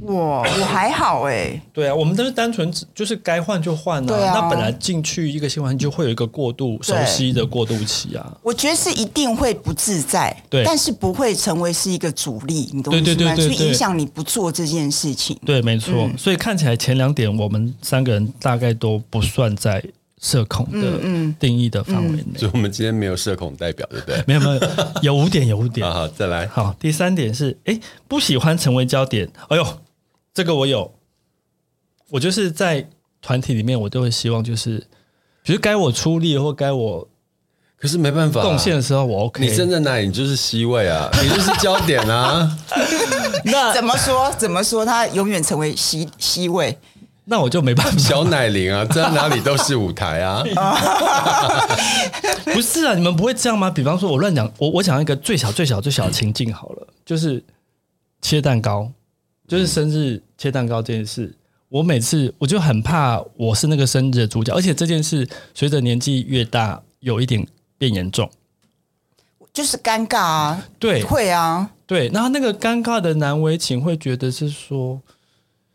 [SPEAKER 1] 我我还好哎、
[SPEAKER 5] 对啊，我们都是单纯只就是该换就换啊。
[SPEAKER 1] 对啊
[SPEAKER 5] 那本来进去一个新环境就会有一个过渡熟悉的过渡期啊。
[SPEAKER 1] 我觉得是一定会不自在，
[SPEAKER 5] 对
[SPEAKER 1] 但是不会成为是一个阻力，你懂我意
[SPEAKER 5] 对
[SPEAKER 1] 思
[SPEAKER 5] 对
[SPEAKER 1] 吗？
[SPEAKER 5] 对
[SPEAKER 1] 去
[SPEAKER 5] 对对
[SPEAKER 1] 影响你不做这件事情。
[SPEAKER 5] 对，没错。
[SPEAKER 1] 嗯
[SPEAKER 5] 所以看起来前两点我们三个人大概都不算在社恐的
[SPEAKER 1] 嗯
[SPEAKER 5] 定义的范围内。
[SPEAKER 2] 所以我们今天没有社恐代表，对不对？
[SPEAKER 5] 没有没有，有五点有五 点
[SPEAKER 2] 啊，。好，再来。
[SPEAKER 5] 好，第三点是，哎，不喜欢成为焦点。哎呦，这个我有，我就是在团体里面，我都会希望就是，比如该我出力或该我
[SPEAKER 2] 可是没办法、啊
[SPEAKER 5] 贡献的时候，我 OK。
[SPEAKER 2] 你站在哪里，你就是 C 位啊，你就是焦点啊。
[SPEAKER 5] 那
[SPEAKER 1] 怎么说？怎么说？他永远成为 C C 位，
[SPEAKER 5] 那我就没办 法。
[SPEAKER 2] 小奶铃啊，站在哪里都是舞台啊。
[SPEAKER 5] 不是啊，你们不会这样吗？比方说，我乱讲，我我讲一个最小最小最小的情境好了，就是切蛋糕，就是生日切蛋糕这件事。我每次我就很怕我是那个生日的主角，而且这件事随着年纪越大，有一点变严重。
[SPEAKER 1] 就是尴尬啊，
[SPEAKER 5] 对
[SPEAKER 1] 会啊，
[SPEAKER 5] 对，然后那个尴尬的难为情会觉得是说，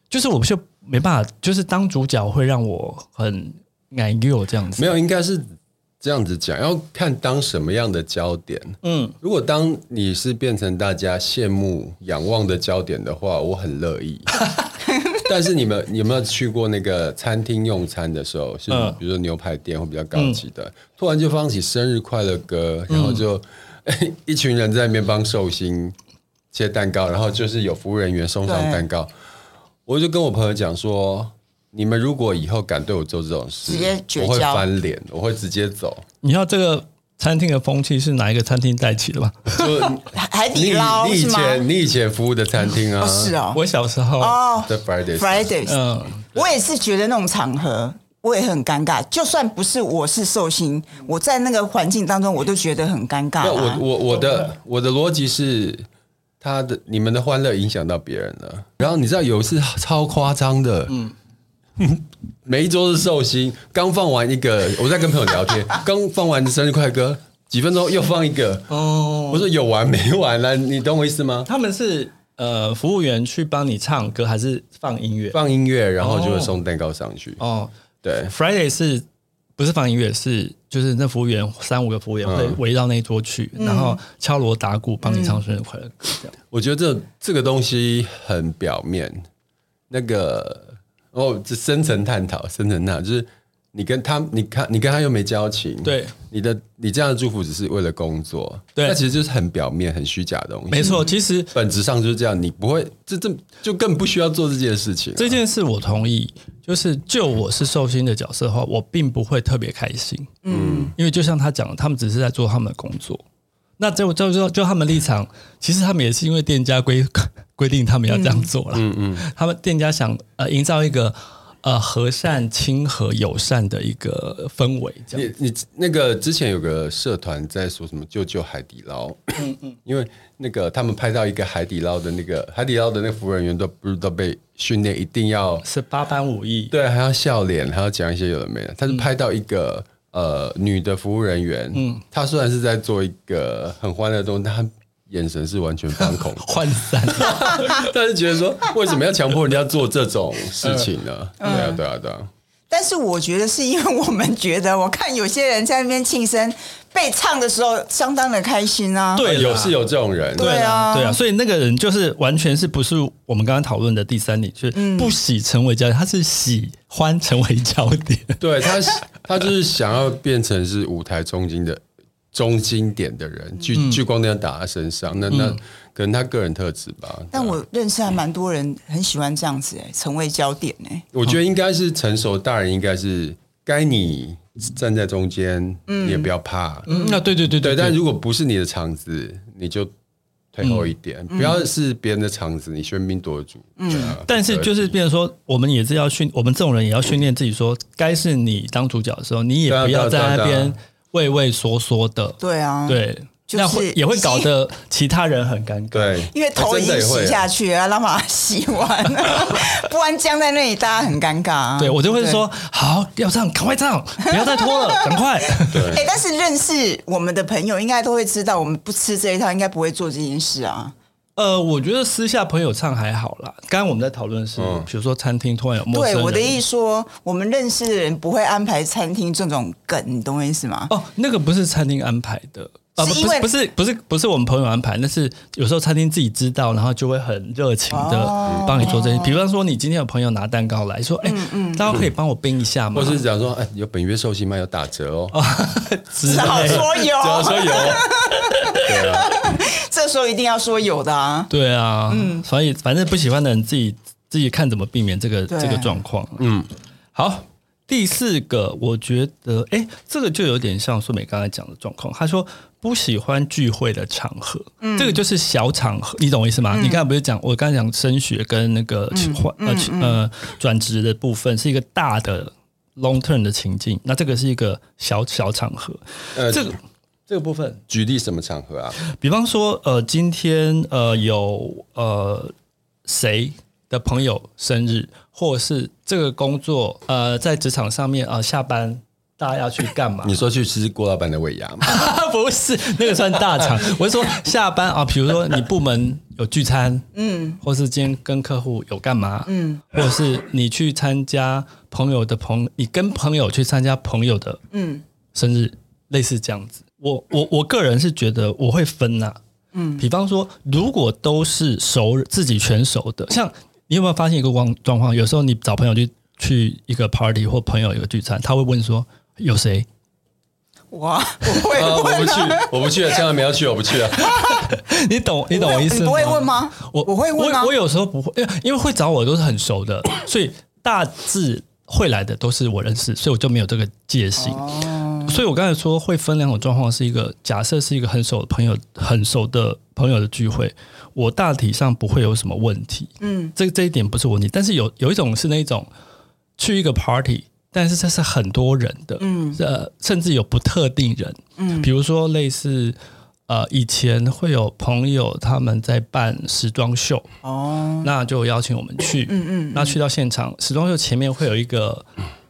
[SPEAKER 5] 就是我就没办法，就是当主角会让我很难过这样子。
[SPEAKER 2] 没有，应该是这样子讲，要看当什么样的焦点。嗯，如果当你是变成大家羡慕、仰望的焦点的话，我很乐 意。但是你们你有没有去过那个餐厅用餐的时候，是
[SPEAKER 5] 嗯
[SPEAKER 2] 比如说牛排店或比较高级
[SPEAKER 1] 嗯
[SPEAKER 2] 的，突然就放起生日快乐歌，然后就、
[SPEAKER 1] 嗯
[SPEAKER 2] 一群人在那边帮寿星切蛋糕，然后就是有服务人员送上
[SPEAKER 1] 对
[SPEAKER 2] 蛋糕，我就跟我朋友讲说，你们如果以后敢对我做这种事，
[SPEAKER 1] 直接绝交
[SPEAKER 2] 我会翻脸，我会直接走。
[SPEAKER 5] 你要这个餐厅的风气是哪一个餐厅带起的吧？
[SPEAKER 2] 就
[SPEAKER 1] 海
[SPEAKER 2] 你
[SPEAKER 1] 底捞
[SPEAKER 2] 你以
[SPEAKER 1] 是吗？
[SPEAKER 2] 前你以前服务的餐厅啊，
[SPEAKER 1] 哦，是哦，
[SPEAKER 5] 呃我小时候，
[SPEAKER 1] 哦
[SPEAKER 2] 在 Fridays
[SPEAKER 1] ，Fridays，
[SPEAKER 5] 嗯，
[SPEAKER 1] 我也是觉得那种场合，我也很尴尬。就算不是我是寿星，我在那个环境当中，我都觉得很尴尬、
[SPEAKER 2] 那
[SPEAKER 1] 啊
[SPEAKER 2] 我。我我的我的逻辑是，他的你们的欢乐影响到别人了。然后你知道有一次超夸张的，嗯， 每一桌是寿星，刚放完一个，我在跟朋友聊天，刚放完生日快歌，几分钟又放一个，
[SPEAKER 5] 哦，
[SPEAKER 2] 我说有完没完了、你懂我意思吗？
[SPEAKER 5] 他们是呃服务员去帮你唱歌还是放音乐？
[SPEAKER 2] 放音乐，然后就会送蛋糕上去。
[SPEAKER 5] 哦
[SPEAKER 2] 对，
[SPEAKER 5] ，Friday 是不是放音乐？是就是那服务员三五个服务员会
[SPEAKER 2] 嗯
[SPEAKER 5] 围到那一桌去，然后敲锣打鼓帮你唱生日快乐歌。这样
[SPEAKER 2] 我觉得这这个东西很表面，那个哦，这深层探讨，深层探讨就是你跟他，你看你跟他又没交情，
[SPEAKER 5] 对，
[SPEAKER 2] 你的你这样的祝福只是为了工作，
[SPEAKER 5] 对
[SPEAKER 2] 那其实就是很表面、很虚假的东西，
[SPEAKER 5] 没，错，其实
[SPEAKER 2] 本质上就是这样，你不会，这这就更不需要做这件事情、啊
[SPEAKER 5] 这件事我同意，就是就我是寿星的角色的话，我并不会特别开心。嗯，因为就像他讲的，他们只是在做他们的工作。那就就就就他们立场，其实他们也是因为店家规 规定他们要这样做啦。嗯嗯，他们店家想呃营造一个呃和善、亲和、友善的一个氛围，这样
[SPEAKER 2] 你你那个之前有个社团在说什么救救海底捞，
[SPEAKER 5] 嗯
[SPEAKER 2] 因为那个他们拍到一个海底捞的那个海底捞的那个服务人员都不是都被训练一定要
[SPEAKER 5] 是八般武艺。，
[SPEAKER 2] 对，还要笑脸，还要讲一些有的没的。他是拍到一个、呃女的服务人员，嗯，她虽然是在做一个很欢乐的东西，但她眼神是完全反恐
[SPEAKER 5] 涣散，
[SPEAKER 2] 但是觉得说为什么要强迫人家做这种事情呢？对啊，对啊，对啊。
[SPEAKER 1] 但是我觉得是因为我们觉得，我看有些人在那边庆生被唱的时候，相当的开心啊。
[SPEAKER 5] 对啦
[SPEAKER 2] 有是有这种人，
[SPEAKER 1] 对啊
[SPEAKER 5] 对啊，所以那个人就是完全是不是我们刚刚讨论的第三点，就是
[SPEAKER 1] 嗯
[SPEAKER 5] 不喜成为焦点，他是喜欢成为焦 点。
[SPEAKER 2] 对他，他就是想要变成是舞台中心的中心点的人，聚聚光灯要打他身上，那那可能他个人特质吧。
[SPEAKER 1] 但
[SPEAKER 2] 对啊
[SPEAKER 1] 我认识还蛮多人很喜欢这样子、欸，成为焦点哎、
[SPEAKER 2] 我觉得应该是成熟大人，应该是该你站在中间，你也不要怕。
[SPEAKER 5] 嗯，啊，对对对
[SPEAKER 2] 对，但如果不是你的场子，你就退后一点，不要是别人的场子，你喧宾夺主。对啊
[SPEAKER 5] 但是就是变成说，我们也是要训，我们这种人也要训练自己说，该是你当主角的时候，你也
[SPEAKER 2] 对啊
[SPEAKER 5] 不要
[SPEAKER 2] 对啊
[SPEAKER 5] 在那
[SPEAKER 2] 对啊
[SPEAKER 5] 边畏畏缩缩的，
[SPEAKER 1] 对啊，，
[SPEAKER 5] 对，
[SPEAKER 1] 就是
[SPEAKER 5] 那会也会搞得其他人很尴尬。
[SPEAKER 2] 对，哎
[SPEAKER 1] 因为头已
[SPEAKER 2] 真的
[SPEAKER 1] 经
[SPEAKER 2] 也会
[SPEAKER 1] 洗下去了，让把它洗 完，不然僵在那里，大家很尴尬、啊。
[SPEAKER 5] 对，我就会
[SPEAKER 1] 对
[SPEAKER 5] 说好，要唱，赶快唱，不要再 拖了，赶快。
[SPEAKER 2] 对
[SPEAKER 1] 哎、但是认识我们的朋友应该都会知道，我们不吃这一套，应该不会做这件事啊。
[SPEAKER 5] 呃，我觉得私下朋友唱还好啦。刚刚我们在讨论是，
[SPEAKER 2] 嗯
[SPEAKER 5] 比如说餐厅突然有陌
[SPEAKER 1] 对，
[SPEAKER 5] 生人，
[SPEAKER 1] 我的意思说，我们认识的人不会安排餐厅这种梗，你懂我意思吗？
[SPEAKER 5] 哦，那个不是餐厅安排的，啊，
[SPEAKER 1] 是
[SPEAKER 5] 不
[SPEAKER 1] 因为
[SPEAKER 5] 不是不是不是我们朋友安排，那是有时候餐厅自己知道，然后就会很热情的
[SPEAKER 1] 哦
[SPEAKER 5] 帮你做这些。比方说，你今天有朋友拿蛋糕来说，哎，
[SPEAKER 1] 嗯
[SPEAKER 5] 大家可以帮我冰一下吗？
[SPEAKER 2] 或是讲说，哎，有本月寿星卖有打折哦，
[SPEAKER 5] 之
[SPEAKER 1] 只好
[SPEAKER 5] 类的。
[SPEAKER 1] 说
[SPEAKER 2] 只要说
[SPEAKER 1] 有，
[SPEAKER 2] 有，对啊，
[SPEAKER 1] 这时候一定要说有的啊。
[SPEAKER 5] 对啊，嗯，所以反正不喜欢的人自己自己看怎么避免这个
[SPEAKER 1] 对
[SPEAKER 5] 这个状况。嗯，好，第四个，我觉得，哎，这个就有点像苏美刚才讲的状况。他说不喜欢聚会的场合，这个就是小场合，你懂我意思吗？你刚才不是讲，我刚才讲升学跟那个换、呃呃转职的部分是一个大的 long term 的情境，那这个是一个小小场合，
[SPEAKER 2] 呃，
[SPEAKER 5] 这个这个部分。
[SPEAKER 2] 举例什么场合啊？
[SPEAKER 5] 比方说，呃，今天呃有呃谁的朋友生日，或者是这个工作呃在职场上面啊、呃下班大家要去干嘛？
[SPEAKER 2] 你说去吃郭老板的尾牙吗？
[SPEAKER 5] 不是那个算大厂，我是说下班啊，比如说你部门有聚餐，嗯，或是今天跟客户有干嘛，嗯，或者是你去参加朋友的朋，你跟朋友去参加朋友的
[SPEAKER 1] 嗯，
[SPEAKER 5] 生日，类似这样子。我我我个人是觉得我会分呐、嗯，比方说，如果都是熟自己全熟的，像你有没有发现一个状状况？有时候你找朋友去去一个 party 或朋友一个聚餐，他会问说有谁？
[SPEAKER 1] 哇，我会
[SPEAKER 5] 呃
[SPEAKER 2] 啊，我不
[SPEAKER 1] 问
[SPEAKER 2] 去
[SPEAKER 1] 啊，，
[SPEAKER 2] 我不去了，千万不要去，我不去啊了。
[SPEAKER 5] 你懂你懂我意思
[SPEAKER 1] 你
[SPEAKER 5] 吗？
[SPEAKER 1] 不会问吗？
[SPEAKER 5] 我
[SPEAKER 1] 我会问啊
[SPEAKER 5] 我，我有时候不会，因为因为会找我都是很熟的，所以大致会来的都是我认识，所以我就没有这个戒心。所以我刚才说会分两种状况，是一个假设是一个很熟的朋友、很熟的朋友的聚会，我大体上不会有什么问题。嗯，这这一点不是问题。但是有有一种是那种去一个 party，但是这是很多人的，嗯，呃，甚至有不特定人，嗯，比如说类似。呃，以前会有朋友他们在办时装秀，哦，那就邀请我们去，嗯嗯，那去到现场，时装秀前面会有一个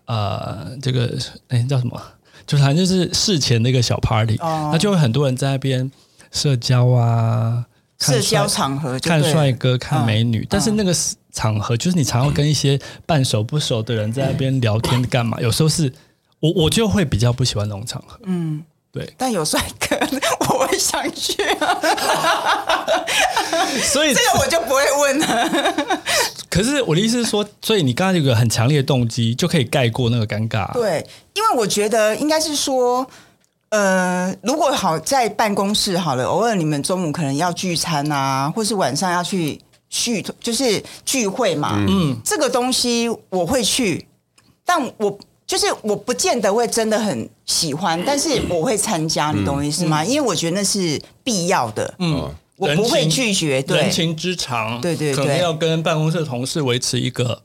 [SPEAKER 5] 呃，这个哎叫什么？就是反正就是事前的一个小 party，、那
[SPEAKER 1] 哦
[SPEAKER 5] 就会很多人在那边社交啊，看
[SPEAKER 1] 社交
[SPEAKER 5] 帅
[SPEAKER 1] 场合就
[SPEAKER 5] 看
[SPEAKER 1] 对了嗯
[SPEAKER 5] 帅哥、看美女，但是那个是场合就是你常要跟一些半熟不熟的人在那边聊天干嘛？有时候是我我就会比较不喜欢那种场合，
[SPEAKER 1] 嗯但有帅哥， 我会想去 啊，
[SPEAKER 5] 所以
[SPEAKER 1] 这个我就不会问了。
[SPEAKER 5] 可是我的意思是说，所以你刚刚有个很强烈的动机，就可以盖过那个尴尬。
[SPEAKER 1] 对，因为我觉得应该是说，呃，如果好在办公室好了，偶尔你们中午可能要聚餐啊，或是晚上要去聚，就是聚会嘛，嗯，这个东西我会去，但我就是我不见得会真的很喜
[SPEAKER 5] 嗯
[SPEAKER 1] 欢，但是我会参加，你懂我意思吗？因为我觉得那是必要的，
[SPEAKER 2] 嗯，
[SPEAKER 1] 我
[SPEAKER 5] 人
[SPEAKER 1] 不会
[SPEAKER 5] 情
[SPEAKER 1] 拒绝，对
[SPEAKER 5] 人，情之常，
[SPEAKER 1] 对对对
[SPEAKER 5] 可能要跟办公室的同事维持一个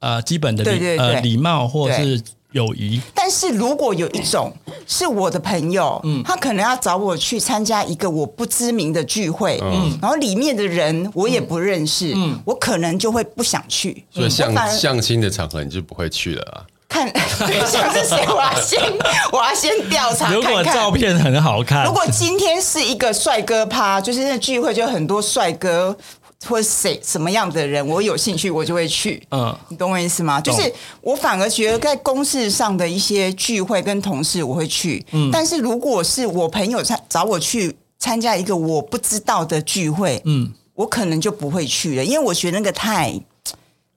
[SPEAKER 5] 呃基本的礼
[SPEAKER 1] 对对对
[SPEAKER 5] 呃礼貌或是友谊。
[SPEAKER 1] 但是如果有一种是我的朋友，
[SPEAKER 5] 嗯
[SPEAKER 1] 他可能要找我去参加一个我不知名的聚会，
[SPEAKER 5] 嗯
[SPEAKER 1] 然后里面的人我也不认识，我可能就会不想去，
[SPEAKER 2] 所以相
[SPEAKER 1] 我反而
[SPEAKER 2] 相亲的场合你就不会去了啊。
[SPEAKER 1] 看 想是谁，我要先 我要先调查
[SPEAKER 5] 如果
[SPEAKER 1] 看看
[SPEAKER 5] 照。片很好 看，
[SPEAKER 1] 如果今天是一个帅哥趴，就是那聚会就有很多帅哥或谁什么样的人，我有兴趣我就会去。
[SPEAKER 5] 嗯
[SPEAKER 1] 你懂我意思吗？就
[SPEAKER 5] 懂
[SPEAKER 1] 是我反而觉得在公事上的一些聚会跟同事我会去，
[SPEAKER 5] 嗯
[SPEAKER 1] 但是如果是我朋友参找我去参加一个我不知道的聚会，嗯，我可能就不会去了，因为我觉得那个太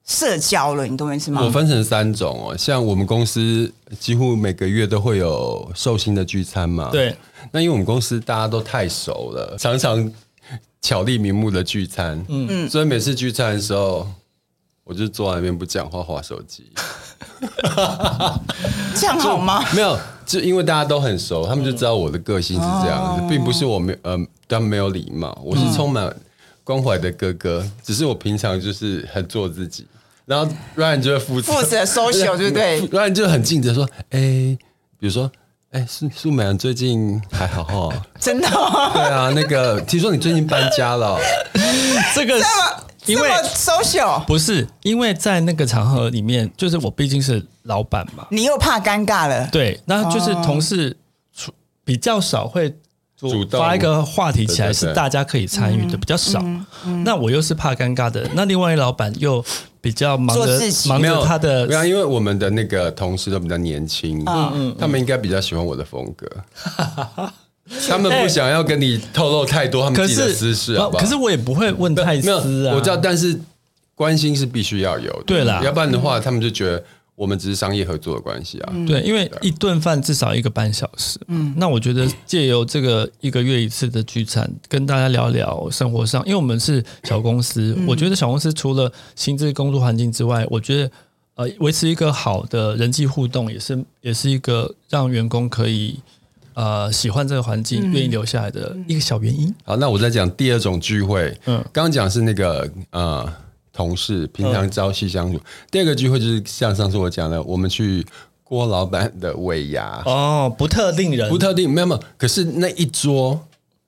[SPEAKER 1] 社交了，你懂我意思吗
[SPEAKER 2] 我？分成三种哦，像我们公司几乎每个月都会有寿星的聚餐嘛。
[SPEAKER 5] 对，
[SPEAKER 2] 那因为我们公司大家都太熟了，常常巧立名目的聚餐，嗯，所以每次聚餐的时候，我就坐在那边不讲话，划手机。
[SPEAKER 1] 这样好吗？
[SPEAKER 2] 没有，就因为大家都很熟，他们就知道我的个性是这样
[SPEAKER 1] 嗯
[SPEAKER 2] 子，并不是我没呃，他们没有礼貌，我是充满关怀的哥哥，只是我平常就是很做自己。然后 Ryan 就会负责
[SPEAKER 1] 负 责 social，对不对
[SPEAKER 2] ？Ryan 就很尽责说，哎、比如说，哎、苏苏美兰最近还好哈、
[SPEAKER 1] 真的哦、
[SPEAKER 2] 对啊，那个听说你最近搬家了哦、
[SPEAKER 5] 这个是因 为
[SPEAKER 1] 这么 social，
[SPEAKER 5] 不是因为在那个场合里面，就是我毕竟是老板嘛，
[SPEAKER 1] 你又怕尴尬了。
[SPEAKER 5] 对，那就是同事出比较少会主
[SPEAKER 2] 主动
[SPEAKER 5] 发一个话题起来
[SPEAKER 2] 对对
[SPEAKER 5] 是
[SPEAKER 2] 对
[SPEAKER 5] 大家可以参与的，比较少。那我又是怕尴尬的，那另外一老板又比较忙
[SPEAKER 1] 做
[SPEAKER 5] 着
[SPEAKER 1] 自己
[SPEAKER 5] 忙
[SPEAKER 2] 没有
[SPEAKER 5] 着他的
[SPEAKER 2] 没有，因为我们的那个同事都比较年轻，嗯嗯，他们应该比较喜欢我的风 格，他们不想要跟你透露太多他们
[SPEAKER 5] 可
[SPEAKER 2] 自己的
[SPEAKER 5] 是哦
[SPEAKER 2] 私事，好不好？
[SPEAKER 5] 可是我也不会问
[SPEAKER 2] 没有
[SPEAKER 5] 太私
[SPEAKER 2] 没
[SPEAKER 5] 啊。
[SPEAKER 2] 有，我知道，但是关心是必须要有的，
[SPEAKER 5] 对啦
[SPEAKER 2] 要不然的话，他们就觉得我们只是商业合作的关系啊。
[SPEAKER 5] 对，因为一顿饭至少一个半小时。嗯，那我觉得借由这个一个月一次的聚餐，跟大家聊聊生活上，因为我们是小公司，我觉得小公司除了薪资、工作环境之外，我觉得呃，维持一个好的人际互动，也是也是一个让员工可以呃喜欢这个环境、愿意留下来的一个小原因。
[SPEAKER 2] 好，那我再讲第二种聚会。
[SPEAKER 5] 嗯
[SPEAKER 2] 嗯，刚刚讲是那个呃同事平常朝夕相处。
[SPEAKER 5] 嗯
[SPEAKER 2] 第二个聚会就是像上次我讲的，我们去郭老板的尾牙，
[SPEAKER 5] 哦，不特定人
[SPEAKER 2] 不特定，没有没有。可是那一桌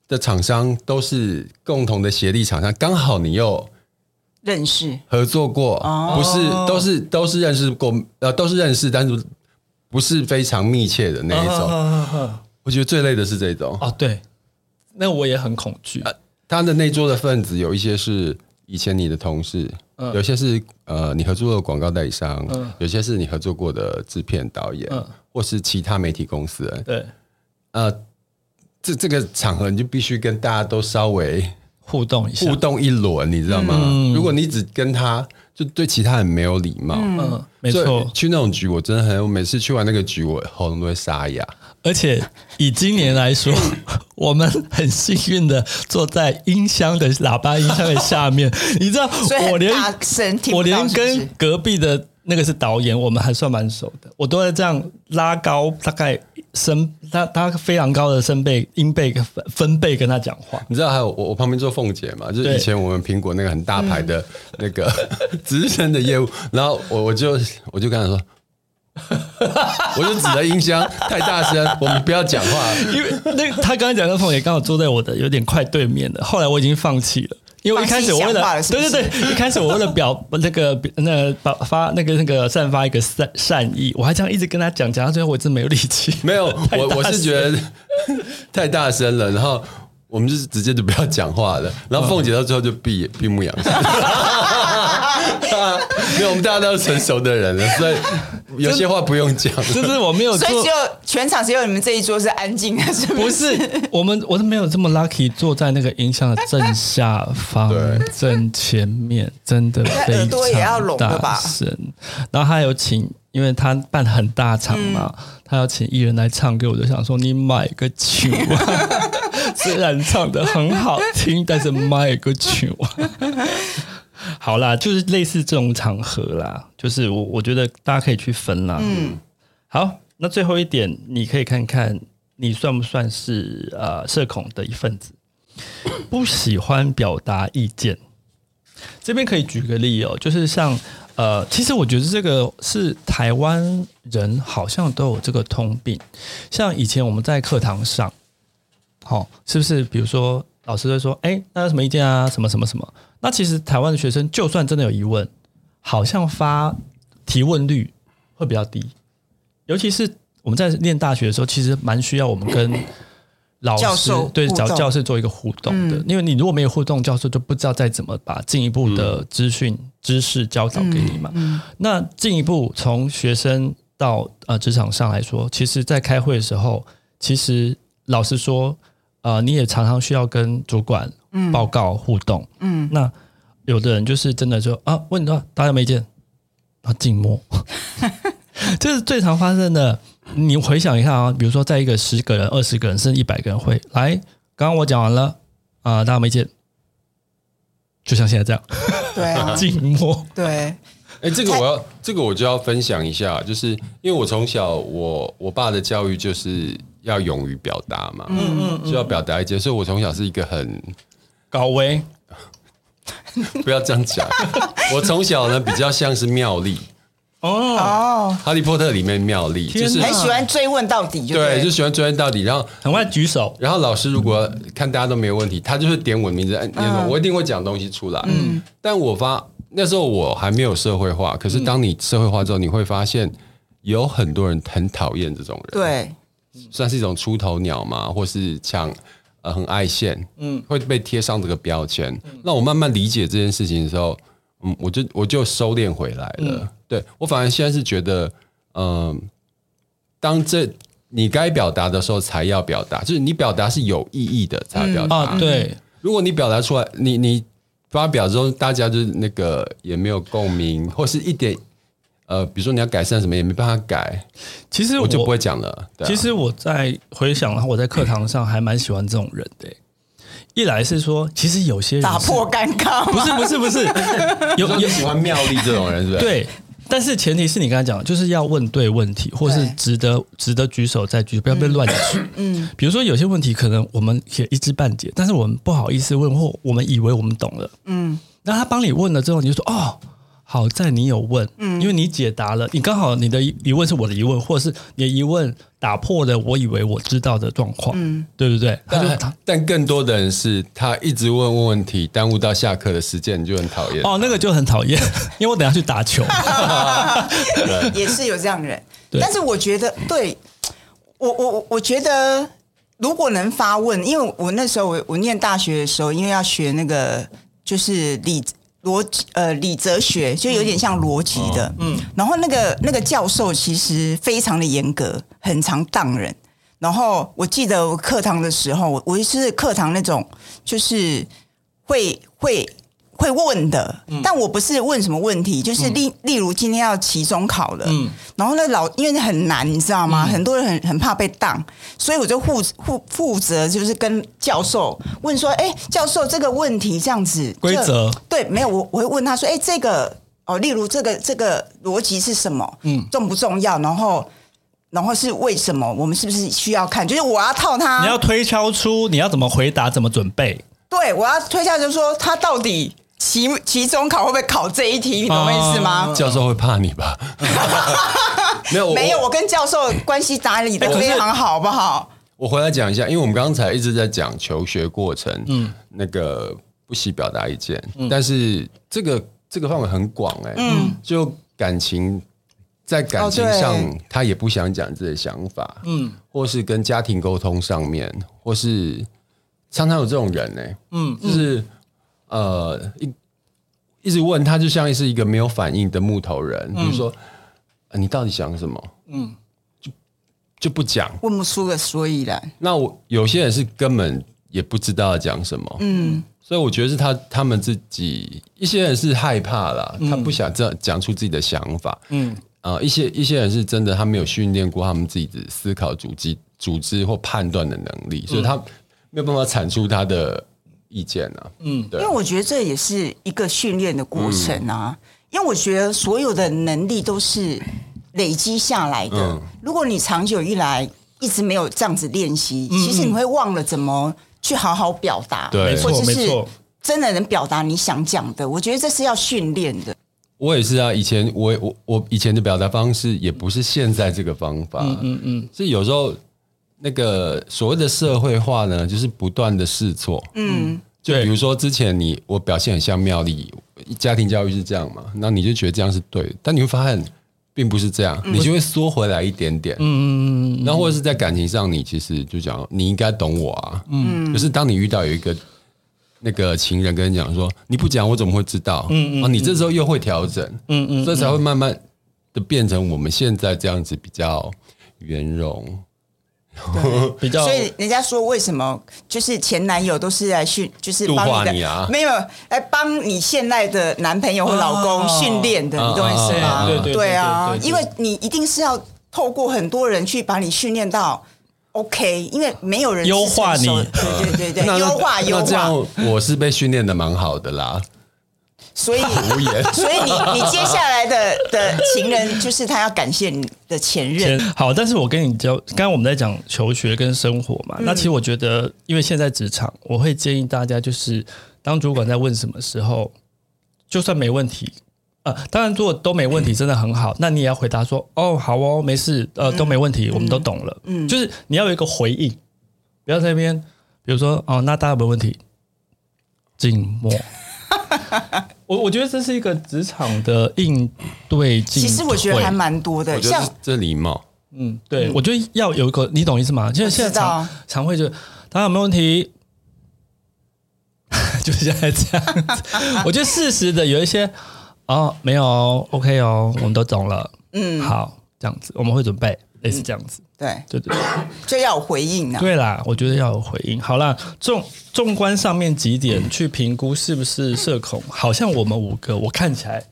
[SPEAKER 2] 的厂商都是共同的协力厂商，刚好你又
[SPEAKER 1] 认识
[SPEAKER 2] 合作过，不是都是都是认识过，呃，都是认识，但是不是非常密切的那一种。我觉得最累的是这种，
[SPEAKER 5] 哦，对，那我也很恐惧。
[SPEAKER 2] 他的那桌的分子有一些是以前你的同事，有些是呃你合作过的广告代理商，有些是你合作过的制片导演，
[SPEAKER 5] 嗯
[SPEAKER 2] 或是其他媒体公司人。
[SPEAKER 5] 对，
[SPEAKER 2] 呃，这这个场合你就必须跟大家都稍微
[SPEAKER 5] 互动一下
[SPEAKER 2] 互。动一轮，你知道吗？如果你只跟他，就对其他人没有礼貌。
[SPEAKER 5] 嗯，没
[SPEAKER 2] 所以
[SPEAKER 5] 错。
[SPEAKER 2] 去那种局我真的很，我每次去完那个局，我喉咙都会沙哑。
[SPEAKER 5] 而且以今年 来说，我们很幸运的坐在音 箱的喇叭音箱的下面，你知道
[SPEAKER 1] 所以，
[SPEAKER 5] 我
[SPEAKER 1] 很
[SPEAKER 5] 连
[SPEAKER 1] 大声听不到
[SPEAKER 5] 我连
[SPEAKER 1] 是不是
[SPEAKER 5] 跟隔壁的那个是导演，我们还算蛮熟的。我都在这样拉高，大概声，他他非常高的声贝、音贝、分分贝跟他讲话。
[SPEAKER 2] 你知道还有我我旁边做凤姐嘛，就是
[SPEAKER 5] 对嗯
[SPEAKER 2] 以前我们苹果那个很大牌的那个 资深的业务，然后我我就我就跟她说， 我就指着音箱太大声，我们不要讲话。
[SPEAKER 5] 因为那他刚才讲的凤姐刚好坐在我的有点快对面的，后来我已经放弃了。因为我一开始我为
[SPEAKER 1] 放
[SPEAKER 5] 了
[SPEAKER 1] 弃想法了是不是
[SPEAKER 5] 对对对，一开始我为了表那个那把发那个那个散发一个善善意，我还这样一直跟他讲，讲到最后我真没有 力气。
[SPEAKER 2] 没有，
[SPEAKER 5] 太大
[SPEAKER 2] 我我是
[SPEAKER 5] 声
[SPEAKER 2] 觉得 太大声了，然后我们就是直接就不要讲话了。然后凤姐到最后就闭闭目养 神。没有，我们大家都是成熟的人了，所以有些话不用讲。
[SPEAKER 5] 就是我没有
[SPEAKER 1] 所
[SPEAKER 5] 做，
[SPEAKER 1] 以只有全场只有你们这一桌是安静的，是
[SPEAKER 5] 不
[SPEAKER 1] 不是？
[SPEAKER 5] 是我们，我都没有这么 lucky 坐在那个音箱的正下方
[SPEAKER 2] 对、
[SPEAKER 5] 正前面，真的非
[SPEAKER 1] 耳朵也要
[SPEAKER 5] 常
[SPEAKER 1] 聋了吧
[SPEAKER 5] 大声。然后他有请，因为他办很大场嘛，
[SPEAKER 1] 嗯
[SPEAKER 5] 他要请艺人来唱歌，我就想说你买个球啊。 虽然唱的很好听，但是买个球啊。 好啦，就是类似这种场合啦，就是我我觉得大家可以去分啦。嗯，好，那最后一点，你可以看看你算不算是呃社恐的一份子，不喜欢表达意见。这边可以举个例哦，就是像呃，其实我觉得这个是台湾人好像都有这个通病，像以前我们在课堂上，好、是不是？比如说老师会说，哎，那有什么意见啊？什么什么什么？那其实台湾的学生就算真的有疑问，好像发提问率会比较低，尤其是我们在念大学的时候，其实蛮需要我们跟老师
[SPEAKER 1] 教授
[SPEAKER 5] 对
[SPEAKER 1] 互
[SPEAKER 5] 找
[SPEAKER 1] 动嗯
[SPEAKER 5] 教室做一个互动的，因为你如果没有互动，教授就不知道再怎么把进一步的资讯、知识教导给你嘛。
[SPEAKER 1] 嗯
[SPEAKER 5] 那进一步从学生到呃职场上来说，其实，在开会的时候，其实老实说，呃，你也常常需要跟主管报告互动。嗯，那有的人就是真的就啊，问到大家有没有意见，然后静默， 这是最常发生的。你回想一下啊，比如说在一个十个人、二十个人甚至一百个人会来，刚刚我讲完了啊、大家有没有意见，就像现在这样
[SPEAKER 1] 对啊，
[SPEAKER 5] 静默。
[SPEAKER 1] 对，
[SPEAKER 2] 哎、这个我要，这个我就要分享一下，就是因为我从小我我爸的教育就是要勇于表达嘛，嗯嗯，就要表达一些，所以我从小是一个很
[SPEAKER 5] 搞维，
[SPEAKER 2] 不要这样 讲，我从小呢比较像是妙丽，
[SPEAKER 1] 哦，
[SPEAKER 2] 哈利波特里面妙丽，
[SPEAKER 5] 天
[SPEAKER 2] 就是
[SPEAKER 5] 哪
[SPEAKER 1] 很喜欢追问到底就
[SPEAKER 2] 对，
[SPEAKER 1] 对，
[SPEAKER 2] 就喜欢追问到底，然后。
[SPEAKER 5] 很快举手，
[SPEAKER 2] 然后老师如果看大家都没有问题，他就是点我的名字，哎，你什么？
[SPEAKER 1] 嗯
[SPEAKER 2] 我一定会讲东西出来。嗯，但我发那时候我还没有社会化，可是当你社会化之后，你会发现有很多人很讨厌这种人。
[SPEAKER 1] 对，
[SPEAKER 2] 算是一种出头鸟嘛，或是抢呃很爱现，嗯，会被贴上这个标签。
[SPEAKER 5] 嗯
[SPEAKER 2] 那我慢慢理解这件事情的时候，嗯，我就我就收敛回来了。
[SPEAKER 5] 嗯
[SPEAKER 2] 对我反而现在是觉得，嗯、当这你该表达的时候才要表达，就是你表达是有意义的才表
[SPEAKER 1] 嗯
[SPEAKER 2] 达、
[SPEAKER 5] 啊，对，
[SPEAKER 2] 如果你表达出来，你你发表之后，大家就是那个也没有共鸣，或是一点呃，比如说你要改善什么，也没办法改，
[SPEAKER 5] 其实
[SPEAKER 2] 我就不会讲了。对啊
[SPEAKER 5] 其实我在回想，啊然后我在课堂上还蛮喜欢这种人的欸、一来是说，其实有些人
[SPEAKER 1] 打
[SPEAKER 5] 是
[SPEAKER 1] 破尴尬
[SPEAKER 5] 不是不是不是，有
[SPEAKER 2] 你
[SPEAKER 5] 有
[SPEAKER 2] 喜欢妙丽这种人是不是？，
[SPEAKER 5] 对，但是前提是你刚才讲的，就是要问对问题，或是
[SPEAKER 1] 对
[SPEAKER 5] 值得值得举手再举手，不要被乱举。嗯，比如说有些问题可能我们也一知半解，但是我们不好意思问，或我们以为我们懂了。嗯，那他帮你问了之后，你就说哦。好在你有问，因为你解答了，你刚好你的疑疑问是我的疑问，或者是你的疑问打破了我以为我知道的状况，对不对？他嗯就
[SPEAKER 2] 但但更多的人是他一直问问问题，耽误到下课的时间，你就很讨厌。
[SPEAKER 5] 哦，那个就很讨厌， 因为我等一下去打 球，
[SPEAKER 1] 啊了，也是有这样人，但是我觉得，对我我我我觉得，如果能发问，因为我那时候我我念大学的时候，因为要学那个就是理逻辑呃理哲学，就有点像逻辑的，嗯，然后那个那个教授其实非常的严格，很常当人。然后我记得我课堂的时候，我我是课堂那种就是会会会问的，
[SPEAKER 5] 嗯
[SPEAKER 1] 但我不是问什么问题，就是例、例如今天要期中考了，
[SPEAKER 5] 嗯
[SPEAKER 1] 然后那老因为很难，你知道吗？很多人很很怕被当，所以我就负负负责就是跟教授问说，哎、教授这个问题这样子
[SPEAKER 5] 规则
[SPEAKER 1] 这对没有我我会问他说，哎、这个。哦，例如这个这个逻辑是什么？嗯，重不重要？然后然后是为什么？我们是不是需要看？就是我要套他，
[SPEAKER 5] 你要推敲出你要怎么回答，怎么准备。
[SPEAKER 1] 对，我要推下就是说他到底期期中考会不会考这一题，你懂我意思吗？
[SPEAKER 2] 教授会怕你吧？啊没有，
[SPEAKER 1] 啊没有，我跟教授关系打理的
[SPEAKER 5] 可是
[SPEAKER 1] 非常好，好不好？
[SPEAKER 2] 我回来讲一下，因为我们刚才一直在讲求学过程，嗯，那个不惜表达意见，但是这个这个范围很广哎、嗯，就感情在感情上，
[SPEAKER 1] 哦对
[SPEAKER 2] 他也不想讲自己的想法，嗯，或是跟家庭沟通上面，或是常常有这种人呢、嗯，就是呃一一直问他，就像是一个没有反应的木头人，比如说、呃你到底想什么？嗯，就就不讲。
[SPEAKER 1] 问不出个所以然。
[SPEAKER 2] 那我有些人是根本也不知道要讲什么，嗯，所以我觉得是他他们自己，一些人是害怕啦，他不想这讲出自己的想法，嗯，啊、一些一些人是真的他没有训练过他们自己的思考组织、组织或判断的能力，所以他没有办法产出他的意见啊，嗯，对
[SPEAKER 1] 因为，我觉得这也是一个训练的过程啊。
[SPEAKER 2] 嗯
[SPEAKER 1] 因为我觉得所有的能力都是累积下来的。
[SPEAKER 2] 嗯
[SPEAKER 1] 如果你长久以来一直没有这样子练习，其实你会忘了怎么去好好表达，
[SPEAKER 2] 嗯对
[SPEAKER 1] 或者
[SPEAKER 5] 没
[SPEAKER 1] 是
[SPEAKER 5] 错
[SPEAKER 1] 真的能表达你想讲的。我觉得这是要训练的。
[SPEAKER 2] 我也是啊，以前我我我以前的表达方式也不是现在这个方法，嗯嗯，是有时候那个所谓的社会化呢，就是不断的试错，嗯，就比如说之前你我表现很像妙丽，家庭教育是这样嘛，那你就觉得这样是对的，但你会发现并不是这样，你就会缩回来一点点，嗯嗯嗯，那或者是在感情上，你其实就讲你应该懂我啊，嗯，可是当你遇到有一个那个情人跟你讲说，你不讲我怎么会知道？嗯嗯，啊，你这时候又会调整，嗯嗯，这才会慢慢的变成我们现在这样子比较圆融。
[SPEAKER 5] 比较
[SPEAKER 1] 所以人家说为什么就是前男友都是来训，就是帮
[SPEAKER 2] 度化
[SPEAKER 1] 的，
[SPEAKER 2] 你啊
[SPEAKER 1] 没有来帮你现在的男朋友或老公
[SPEAKER 5] 哦
[SPEAKER 1] 训练的，你懂我意思吗？
[SPEAKER 5] 对对对
[SPEAKER 1] 对啊
[SPEAKER 5] 对，对对
[SPEAKER 1] 因为你一定是要透过很多人去把你训练到 OK，因为没有人是
[SPEAKER 5] 优化你
[SPEAKER 1] 成熟的对对对
[SPEAKER 2] 那
[SPEAKER 1] 对，优化优
[SPEAKER 2] 那这
[SPEAKER 1] 化，
[SPEAKER 2] 样我是被训练的蛮好的啦，
[SPEAKER 1] 所以。
[SPEAKER 2] 无言。
[SPEAKER 1] 所以你你接下来的的情人就是他要感谢你的前任，
[SPEAKER 5] 先好，但是我跟你教，刚刚我们在讲求学跟生活
[SPEAKER 1] 嗯
[SPEAKER 5] 嘛，那其实我觉得，因为现在职场，我会建议大家就是，当主管在问什么时候，就算没问题，呃，当然如果都没问题，真的很好，那你也要回答说，哦，好哦，没事，
[SPEAKER 1] 嗯
[SPEAKER 5] 呃，都没问题，我们都懂了，嗯，就是你要有一个回应，不要在那边，比如说，哦，那大家有没有问题？静 默。我我觉得这是一个职场的应对进
[SPEAKER 1] 其
[SPEAKER 5] 退。
[SPEAKER 1] 实我觉得还蛮多
[SPEAKER 2] 我
[SPEAKER 1] 的，
[SPEAKER 2] 觉得
[SPEAKER 1] 像
[SPEAKER 2] 是这礼貌，
[SPEAKER 5] 嗯，对，我觉得要有一个，你懂意思吗？现在
[SPEAKER 1] 我知
[SPEAKER 5] 现在常
[SPEAKER 1] 道
[SPEAKER 5] 常会就，大家有没有问题？ 就现在这样子，我觉得适时的有一些哦，没有哦，OK 哦，我们都懂了，嗯，好，这样子我们会准备类似这样子，
[SPEAKER 1] 对，
[SPEAKER 5] 对对对
[SPEAKER 1] 就要有回应啊。
[SPEAKER 5] 对啦，我觉得要有回应。好啦，纵纵观上面几点
[SPEAKER 1] 嗯
[SPEAKER 5] 去评估是不是社恐，好像我们五个我看起来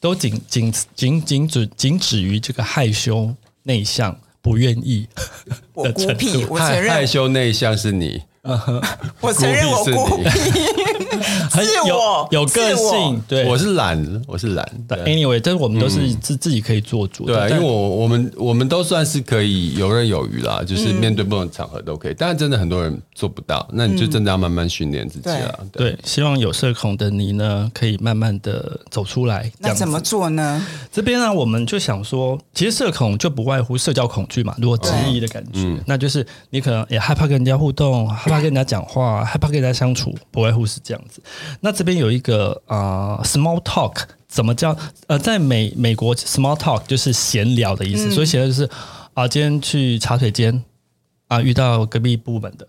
[SPEAKER 5] 都仅仅仅仅只仅止于这个害羞、内向、不愿意。
[SPEAKER 1] 我孤僻，我承
[SPEAKER 2] 害
[SPEAKER 1] 认
[SPEAKER 2] 害羞内向是你，
[SPEAKER 1] 我承认我孤僻，
[SPEAKER 5] 很
[SPEAKER 1] 自我
[SPEAKER 5] 有有个
[SPEAKER 1] 自我
[SPEAKER 5] 性，对，
[SPEAKER 2] 我是懒，我是懒。
[SPEAKER 5] 但
[SPEAKER 2] 对
[SPEAKER 5] anyway，但是我们都是自自己可以做主
[SPEAKER 2] 对
[SPEAKER 5] 的，
[SPEAKER 2] 啊，因
[SPEAKER 5] 但
[SPEAKER 2] 为我我们我们都算是可以游刃有余啦，
[SPEAKER 1] 嗯
[SPEAKER 2] 就是面对不同的场合都可以，但是真的很多人做不到，那你就真的要慢慢训练自己啊。对
[SPEAKER 5] 对，希望有社恐的你呢，可以慢慢的走出来。这
[SPEAKER 1] 那
[SPEAKER 5] 样子
[SPEAKER 1] 怎么做呢？
[SPEAKER 5] 这边呢、我们就想说，其实社恐就不外乎社交恐惧嘛。如果直译的感觉，那就是你可能也害怕跟人家互动，害怕跟人家讲话，害怕跟人家相处，不外乎是这样子。那这边有一个啊、呃 small talk，怎么叫？呃，在美美国 small talk 就是闲聊的意思，所以闲聊就是啊，今天去茶水间啊，遇到隔壁部门的，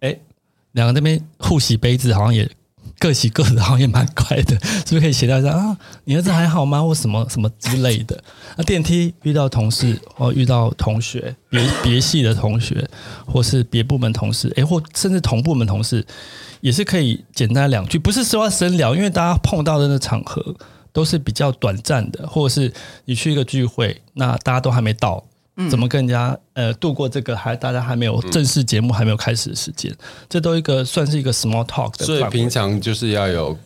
[SPEAKER 5] 哎，两个那边互洗杯子，好像也各洗各的，好像也蛮快的，是不是可以写到一下啊？你儿子还好吗？或什么什么之类的。那电梯遇到同事或遇到同学，别别系的同学，或是别部门同事，诶，或甚至同部门同事，也是可以简单两句，不是说要深聊，因为大家碰到的那场合都是比较短暂的，或者是你去一个聚会，那大家都还没到。怎么跟人家呃度过这个还大家还没
[SPEAKER 2] 嗯
[SPEAKER 5] 有正式节目还没有开始的时间，这都一个算是一个 small talk 的
[SPEAKER 2] 所以
[SPEAKER 5] 范围
[SPEAKER 2] 平常就是要有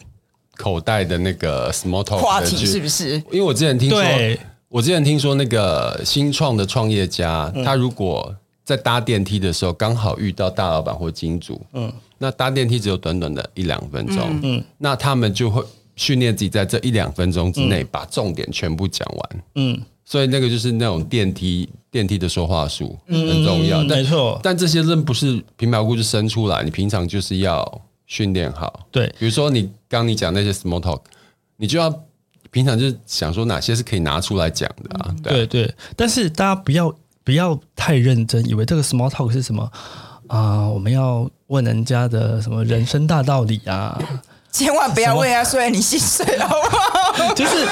[SPEAKER 2] 口袋的那个 small talk
[SPEAKER 1] 话
[SPEAKER 2] 的
[SPEAKER 1] 题
[SPEAKER 2] 剧
[SPEAKER 1] 是不是？
[SPEAKER 2] 因为我之前听说
[SPEAKER 5] 对，
[SPEAKER 2] 我之前听说那个新创的创业家，
[SPEAKER 5] 嗯
[SPEAKER 2] 他如果在搭电梯的时候刚好遇到大老板或金主，嗯，那搭电梯只有短短的一两分钟，嗯，那他们就会训练自己在这一两分钟之内把重点全部讲完，
[SPEAKER 5] 嗯，
[SPEAKER 2] 所以那个就是那种电梯电梯的说话术很重要，
[SPEAKER 5] 嗯
[SPEAKER 2] 但
[SPEAKER 5] 没错
[SPEAKER 2] 但这些真不是平白无故就生出来，你平常就是要训练好，
[SPEAKER 5] 对
[SPEAKER 2] 比如说你刚你讲那些 small talk，你就要平常就是想说哪些是可以拿出来讲的啊？
[SPEAKER 1] 嗯
[SPEAKER 2] 对啊
[SPEAKER 5] 对对，但是大家不要不要太认真，以为这个 small talk 是什么啊、我们要问人家的什么人生大道理 啊？
[SPEAKER 1] 千万不要问他，虽然你心碎了，好不好？
[SPEAKER 5] 就是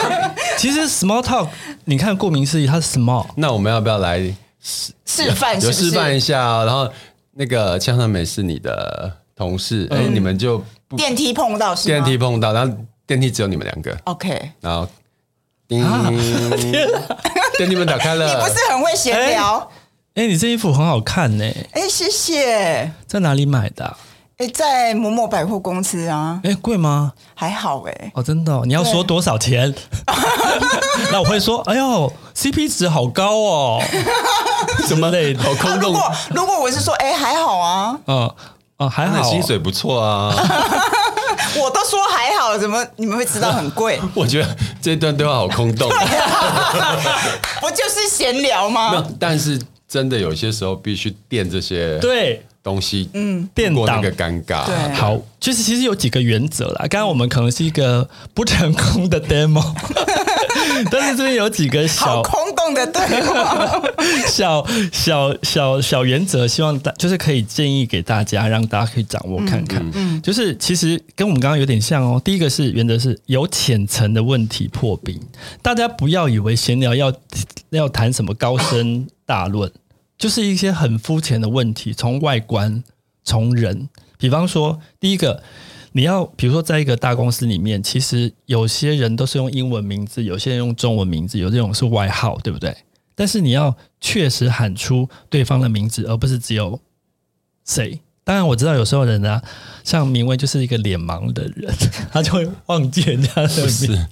[SPEAKER 5] 其实 small talk，你看顾名思义，它是 small，
[SPEAKER 2] 那我们要不要来
[SPEAKER 1] 示范是
[SPEAKER 2] 有
[SPEAKER 1] 不
[SPEAKER 2] 示范
[SPEAKER 1] 是？
[SPEAKER 2] 一下啊、然后那个枪上美是你的同事，
[SPEAKER 1] 嗯
[SPEAKER 2] 哎、你们就不
[SPEAKER 1] 电梯碰到是
[SPEAKER 2] 电
[SPEAKER 1] 吗
[SPEAKER 2] 梯碰到，然后电梯只有你们两个，
[SPEAKER 1] ？OK，
[SPEAKER 2] 然后叮， 电梯门打开
[SPEAKER 1] 啊你
[SPEAKER 2] 了
[SPEAKER 1] 不，是很会闲聊？
[SPEAKER 5] 哎、你这衣服很好看呢、
[SPEAKER 1] 哎、谢谢。
[SPEAKER 5] 在哪里买的啊、
[SPEAKER 1] 哎、在某某百货公司啊，
[SPEAKER 5] 哎、贵吗？
[SPEAKER 1] 还好哎、
[SPEAKER 5] 哦，真的哦、你要说多 少钱？那我会说，哎呦，CP 值好 高哦，什么类的？
[SPEAKER 2] 好空
[SPEAKER 1] 如
[SPEAKER 2] 洞，
[SPEAKER 1] 果如果我是说，哎、还好啊，
[SPEAKER 5] 嗯嗯，还
[SPEAKER 2] 那
[SPEAKER 5] 好，
[SPEAKER 2] 薪水不错啊，
[SPEAKER 1] 我都说还好，怎么你们会知道很 贵？
[SPEAKER 2] 我觉得这段对话好空洞。啊
[SPEAKER 1] 啊不就是闲聊
[SPEAKER 2] 那
[SPEAKER 1] 吗？
[SPEAKER 2] 但是真的有些时候必须垫这些
[SPEAKER 5] 对。
[SPEAKER 2] 东西，嗯，
[SPEAKER 5] 垫
[SPEAKER 2] 过那
[SPEAKER 5] 档
[SPEAKER 2] 个尴尬。
[SPEAKER 1] 对
[SPEAKER 5] 好，就是其实有几个原则啦。刚刚我们可能是一个不成功的 demo，但是这边有几个
[SPEAKER 1] 好
[SPEAKER 5] 小
[SPEAKER 1] 空洞的对话，
[SPEAKER 5] 小小小小原则，希望大就是可以建议给大家，让大家可以掌握看看。就是其实跟我们刚刚有点像哦。第一个是原则是有浅层的问题破冰，大家不要以为闲聊要要谈什么高深大论，就是一些很肤浅的问题，从外观，从人。比方说，第一个。你要比如说，在一个大公司里面，其实有些人都是用英文名字，有些人用中文名字，有这种是外号，对不对？但是你要确实喊出对方的名字，而不是只有谁。当然，我知道有时候人啊，像明威就是一个脸盲的人， 他就会忘记人家的名字，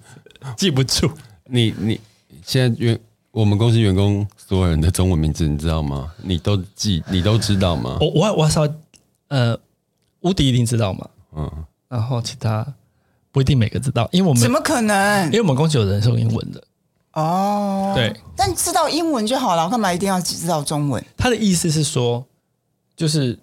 [SPEAKER 5] 记不住。
[SPEAKER 2] 你你现在员我们公司员工所有人的中文名字你知道吗？你都记，你都知道吗？
[SPEAKER 5] 我我我稍微呃，无敌一定知道嘛，
[SPEAKER 2] 嗯，
[SPEAKER 5] 然后其他不一定每个知道，因为我们
[SPEAKER 1] 怎么可能
[SPEAKER 5] 因？为我们公司有人是用英文的，
[SPEAKER 1] 哦，
[SPEAKER 5] 对，
[SPEAKER 1] 但知道英文就好了，干嘛一定要知道中文？
[SPEAKER 5] 他的意思是说，就是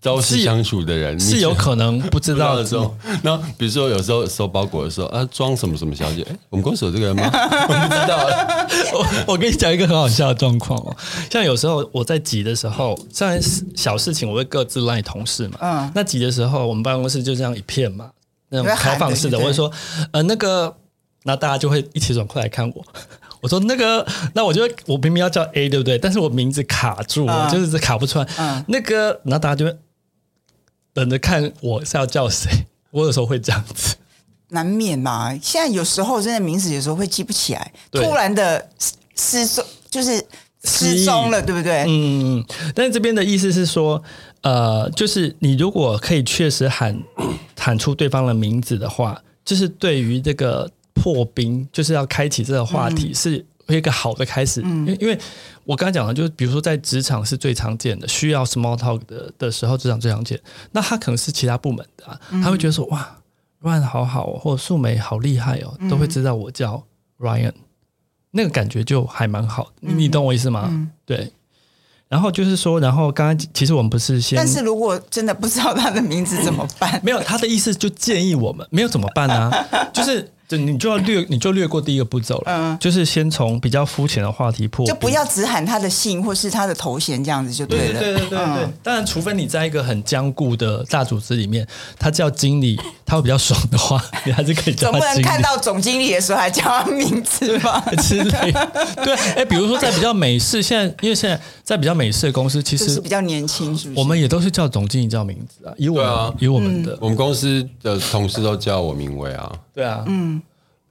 [SPEAKER 2] 朝夕
[SPEAKER 5] 是
[SPEAKER 2] 相处的人
[SPEAKER 5] 是有可能不 知
[SPEAKER 2] 知
[SPEAKER 5] 道
[SPEAKER 2] 道的时候，然后比如说有时候收包裹的时候啊，装什么什么小姐，诶我们公司有这个人吗？我不知道，啊
[SPEAKER 5] 我我跟你讲一个很好笑的状况哦，像有时候我在急的时候，像小事情我会各自赖同事嘛，
[SPEAKER 1] 嗯
[SPEAKER 5] 那急的时候我们办公室就这样一片嘛，那
[SPEAKER 1] 你会
[SPEAKER 5] 种
[SPEAKER 1] 喊
[SPEAKER 5] 开
[SPEAKER 1] 的
[SPEAKER 5] 放式的，
[SPEAKER 1] 对
[SPEAKER 5] 我会说，呃，那个，那大家就会一起转过来看我。我说那个，那我就会我明明要叫 A 对不对？但是我名字卡住，我
[SPEAKER 1] 嗯
[SPEAKER 5] 就是卡不出来。
[SPEAKER 1] 嗯
[SPEAKER 5] 那个，那大家就会等着看我是要叫谁。我有时候会这样子，
[SPEAKER 1] 难免嘛。现在有时候真的名字有时候会记不起来，
[SPEAKER 5] 对
[SPEAKER 1] 突然的失失踪就是
[SPEAKER 5] 失
[SPEAKER 1] 失
[SPEAKER 5] 忆
[SPEAKER 1] 踪了，对不对？
[SPEAKER 5] 嗯，但是这边的意思是说，呃，就是你如果可以确实喊喊出对方的名字的话，就是对于这个破冰，就是要开启这个话题、是一个好的开始。因为因为我刚才讲的，就是比如说在职场是最常见的，需要 small talk 的的时候，职场最常见。那他可能是其他部门的、啊，他会觉得说哇，Ryan 好好、哦，或者素梅好厉害哦，
[SPEAKER 1] 嗯
[SPEAKER 5] 都会知道我叫 Ryan。那个感觉就还蛮好的，
[SPEAKER 1] 嗯
[SPEAKER 5] 你你懂我意思吗？对。然后就是说，然后刚刚其实我们不是先，
[SPEAKER 1] 但是如果真的不知道他的名字怎么 办？
[SPEAKER 5] 没有他的意思，就建议我们没有怎么办呢、 啊？就是就你就要略，你就略过第一个步骤了，
[SPEAKER 1] 嗯
[SPEAKER 5] 就是先从比较肤浅的话题破冰，
[SPEAKER 1] 就不要只喊他的姓或是他的头衔这样子就对
[SPEAKER 5] 对
[SPEAKER 1] 了。
[SPEAKER 5] 对对对对
[SPEAKER 1] 嗯
[SPEAKER 5] 对。当然，除非你在一个很坚固的大组织里面，他叫经 理，他会比较爽的话，你还是可以叫
[SPEAKER 1] 总不
[SPEAKER 5] 他
[SPEAKER 1] 能
[SPEAKER 5] 经理
[SPEAKER 1] 看。到总经理的时候还叫他名字吧？
[SPEAKER 5] 之类的，对，哎，比如说在比较美式，现在因为现在在比较美式的公司，其
[SPEAKER 1] 就
[SPEAKER 5] 实
[SPEAKER 1] 是比较年轻，是不是？
[SPEAKER 5] 我们也都是叫总经理叫名字啊，以我们、
[SPEAKER 2] 对啊
[SPEAKER 5] 以我们的、
[SPEAKER 1] 嗯
[SPEAKER 2] 我们公司的同事都叫我名为啊，嗯
[SPEAKER 5] 对啊，嗯，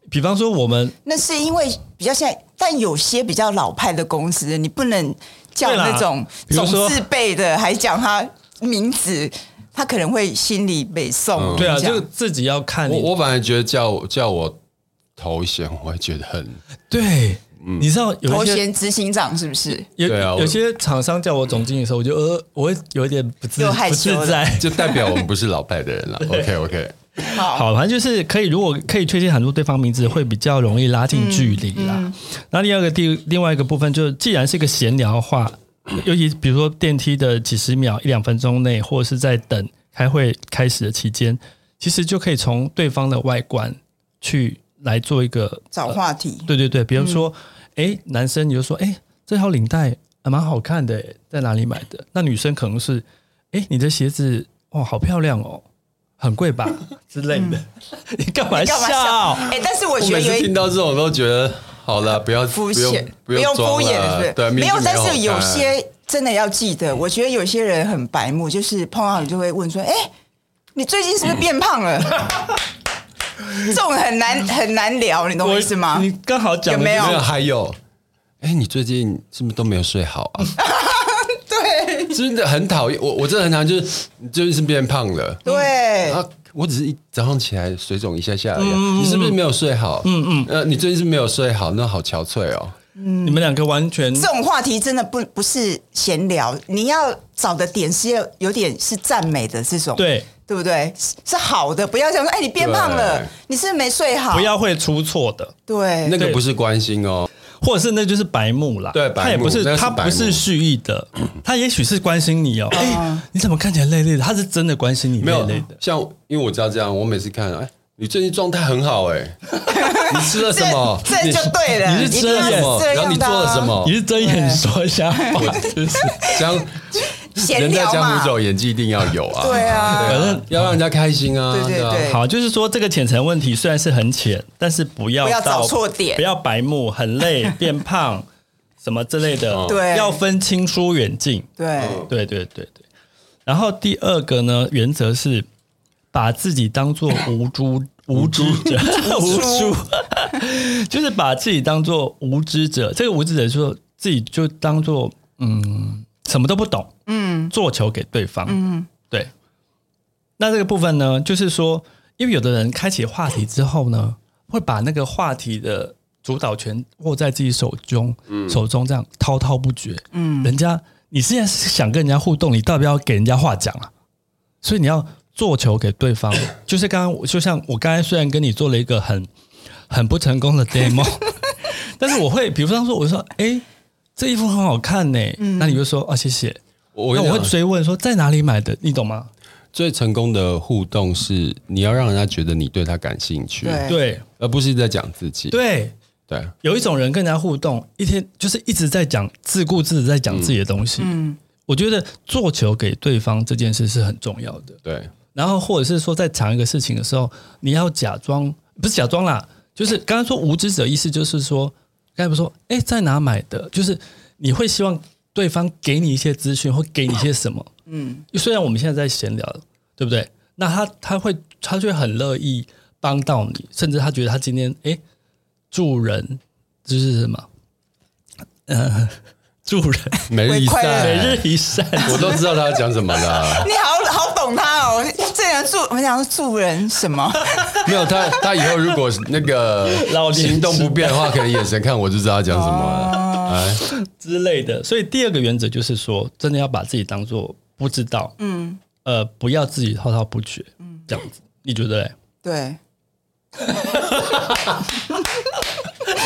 [SPEAKER 5] 比方说我们
[SPEAKER 1] 那是因为比较现在，但有些比较老派的公司，你不能叫
[SPEAKER 5] 对啦
[SPEAKER 1] 那种
[SPEAKER 5] 比如
[SPEAKER 1] 总
[SPEAKER 5] 说
[SPEAKER 1] 字辈的，还讲他名字，他可能会心里北
[SPEAKER 2] 嗯
[SPEAKER 1] 宋。
[SPEAKER 5] 对啊，
[SPEAKER 1] 这样
[SPEAKER 5] 就自己要看
[SPEAKER 2] 我
[SPEAKER 5] 你。
[SPEAKER 2] 我反而觉得叫我叫我头衔，我会觉得很
[SPEAKER 5] 对，你知道有
[SPEAKER 1] 头
[SPEAKER 5] 一些
[SPEAKER 1] 衔执行长是不是？
[SPEAKER 5] 有
[SPEAKER 2] 嗯对啊我
[SPEAKER 5] 有些厂商叫我总经理的时候，我就呃，我会有一点不自
[SPEAKER 1] 又害
[SPEAKER 5] 不
[SPEAKER 1] 羞了
[SPEAKER 5] 自在。
[SPEAKER 2] 就代表我们不是老派的 人了。OK OK，
[SPEAKER 1] 好，
[SPEAKER 5] 好，反正就是可以，如果可以推荐喊出对方名字，会比较容易拉近距离啦。那、第二个第另外一个部分，就是既然是一个闲聊的话，尤其比如说电梯的几十秒、一两分钟内，或者是在等开会开始的期间，其实就可以从对方的外观去来做一个呃
[SPEAKER 1] 找话题。
[SPEAKER 5] 对对对，比如说，
[SPEAKER 1] 嗯
[SPEAKER 5] 哎、男生你就说，哎，这条领带还蛮好看的，在哪里买的？那女生可能是，哎，你的鞋子哦，好漂亮哦，很 贵吧之类的。 你干嘛
[SPEAKER 1] 你干嘛笑？
[SPEAKER 5] 笑？
[SPEAKER 1] 哎，但是我
[SPEAKER 2] 我
[SPEAKER 1] 觉得
[SPEAKER 2] 每
[SPEAKER 1] 有
[SPEAKER 2] 次
[SPEAKER 1] 一
[SPEAKER 2] 听到这种都觉得好了，不要
[SPEAKER 1] 肤
[SPEAKER 2] 不
[SPEAKER 1] 浅
[SPEAKER 2] 用，
[SPEAKER 1] 不
[SPEAKER 2] 用
[SPEAKER 1] 用
[SPEAKER 2] 装
[SPEAKER 1] 敷衍，
[SPEAKER 2] 了
[SPEAKER 1] 是不是？
[SPEAKER 2] 对，
[SPEAKER 1] 没有
[SPEAKER 2] 明。明
[SPEAKER 1] 但
[SPEAKER 2] 好
[SPEAKER 1] 是
[SPEAKER 2] 看
[SPEAKER 1] 有些真的要记得，我觉得有些人很白目，就是碰到你就会问说：“哎、你最近是不是变胖了？” 这种很难很难聊，你懂我意思吗？
[SPEAKER 5] 你刚好讲的
[SPEAKER 1] 有没有
[SPEAKER 2] 没有还有，哎，你最近是不是都没有睡好 啊？
[SPEAKER 1] 对
[SPEAKER 2] 真的很讨厌，我我真的很讨厌，就是你最近是变胖了。
[SPEAKER 1] 对，
[SPEAKER 2] 啊！我只是一早上起来水肿一下下而
[SPEAKER 1] 嗯
[SPEAKER 2] 已啊、你是不是没有睡好？嗯嗯，呃，你最近是没有睡好，那好憔悴哦。
[SPEAKER 5] 你们两个完全
[SPEAKER 1] 这种话题真的不不是闲聊，你要找的点是要有点是赞美的这种，
[SPEAKER 5] 对，
[SPEAKER 1] 对不对？是是好的，不要讲说：“哎、你变胖了
[SPEAKER 2] 对，
[SPEAKER 1] 你是不是没睡好。”
[SPEAKER 5] 不要会出错的，
[SPEAKER 1] 对，
[SPEAKER 2] 那个不是关心哦，
[SPEAKER 5] 或者是那就是白目啦。
[SPEAKER 2] 对白目
[SPEAKER 5] 他也不是
[SPEAKER 2] 那是
[SPEAKER 5] 他
[SPEAKER 2] 白
[SPEAKER 5] 不
[SPEAKER 2] 目嗯
[SPEAKER 5] 是蓄意的，他也许是关心你哦。
[SPEAKER 1] 嗯
[SPEAKER 5] 哎，你怎么看起来累累的？他是真的关心你
[SPEAKER 2] 没
[SPEAKER 5] 累
[SPEAKER 2] 有
[SPEAKER 5] 累的。
[SPEAKER 2] 像，因为我知道这样，我每次看，哎，你最近状态很好哎、 你吃了什么？
[SPEAKER 1] 这这就对了
[SPEAKER 2] 你是
[SPEAKER 1] 一
[SPEAKER 2] 吃
[SPEAKER 1] 定
[SPEAKER 2] 了
[SPEAKER 1] 要
[SPEAKER 2] 什么
[SPEAKER 1] 是？这样的啊
[SPEAKER 2] 然后你做了什么
[SPEAKER 5] 你？是睁眼说瞎话，真是。
[SPEAKER 2] 这样
[SPEAKER 1] 闲
[SPEAKER 2] 人在
[SPEAKER 1] 聊
[SPEAKER 2] 江湖
[SPEAKER 1] 嘛，
[SPEAKER 2] 走，演技一定要有啊。
[SPEAKER 1] 对啊
[SPEAKER 2] 对
[SPEAKER 5] 反正
[SPEAKER 2] 要让人家开心啊。
[SPEAKER 1] 对对
[SPEAKER 2] 啊
[SPEAKER 1] 对
[SPEAKER 5] 好，就是说这个浅层问题虽然是很浅，但是不要
[SPEAKER 1] 不要
[SPEAKER 5] 到
[SPEAKER 1] 找错点
[SPEAKER 5] 不要白目、很累、变胖什么之类的，
[SPEAKER 1] 对
[SPEAKER 5] 要分清疏远近。
[SPEAKER 1] 对。
[SPEAKER 5] 对对对对。然后第二个呢，原则是把自己当做无 知无知者， 无知，就是把自己当做无知者。这个无知者就自己就当做嗯什么都不懂，嗯，做球给对方，嗯，对。那这个部分呢，就是说，因为有的人开启话题之后呢，会把那个话题的主导权握在自己手中，手中这样滔滔不绝。嗯，人家你现在是想跟人家互动，你到底要给人家话讲啊？所以你要做球给 对方，就是刚刚我就像我刚才虽然跟你做了一个很很不成功的 demo，但是我会比方说我说，哎、这衣服很好看呢、那你就说啊谢谢，
[SPEAKER 2] 嗯我
[SPEAKER 5] 那
[SPEAKER 2] 跟你
[SPEAKER 5] 我会
[SPEAKER 2] 讲，
[SPEAKER 5] 追问说在哪里买的，你懂吗？
[SPEAKER 2] 最成功的互动是你要让人家觉得你对他感兴趣，
[SPEAKER 1] 对
[SPEAKER 5] 对
[SPEAKER 2] 而不是在讲自己。
[SPEAKER 5] 对，
[SPEAKER 2] 对，
[SPEAKER 5] 有一种人跟人家互动，一天就是一直在讲自顾自的在讲自己的东西。
[SPEAKER 2] 嗯
[SPEAKER 5] 我觉得做球给对方这件事是很重要的。
[SPEAKER 2] 对，
[SPEAKER 5] 然后或者是说在讲一个事情的时候，你要假装不是假装啦，就是刚刚说无知者意思就是说，刚才不是说哎在哪买的，就是你会希望对方给你一些资讯或给你一些什么，嗯，虽然我们现在在闲聊，对不对？那他他会他就会很乐意帮到你，甚至他觉得他今天哎助人就是什么，呃助人
[SPEAKER 2] 每日一
[SPEAKER 1] 快乐
[SPEAKER 2] 赛，
[SPEAKER 5] 每日一善，
[SPEAKER 2] 我都知道他要讲什 么了。
[SPEAKER 1] 你好好懂他哦，这人助我们讲是助人什 么？
[SPEAKER 2] 没有他，他以后如果那个
[SPEAKER 5] 老年痴呆
[SPEAKER 2] 行动不便的话，可能眼神看我就知道他讲什么
[SPEAKER 1] 哦
[SPEAKER 2] 了。哎，
[SPEAKER 5] 之类的。所以第二个原则就是说，真的要把自己当做不知道，嗯，呃，不要自己滔滔不绝，嗯，这样子，你觉得嘞？
[SPEAKER 1] 对，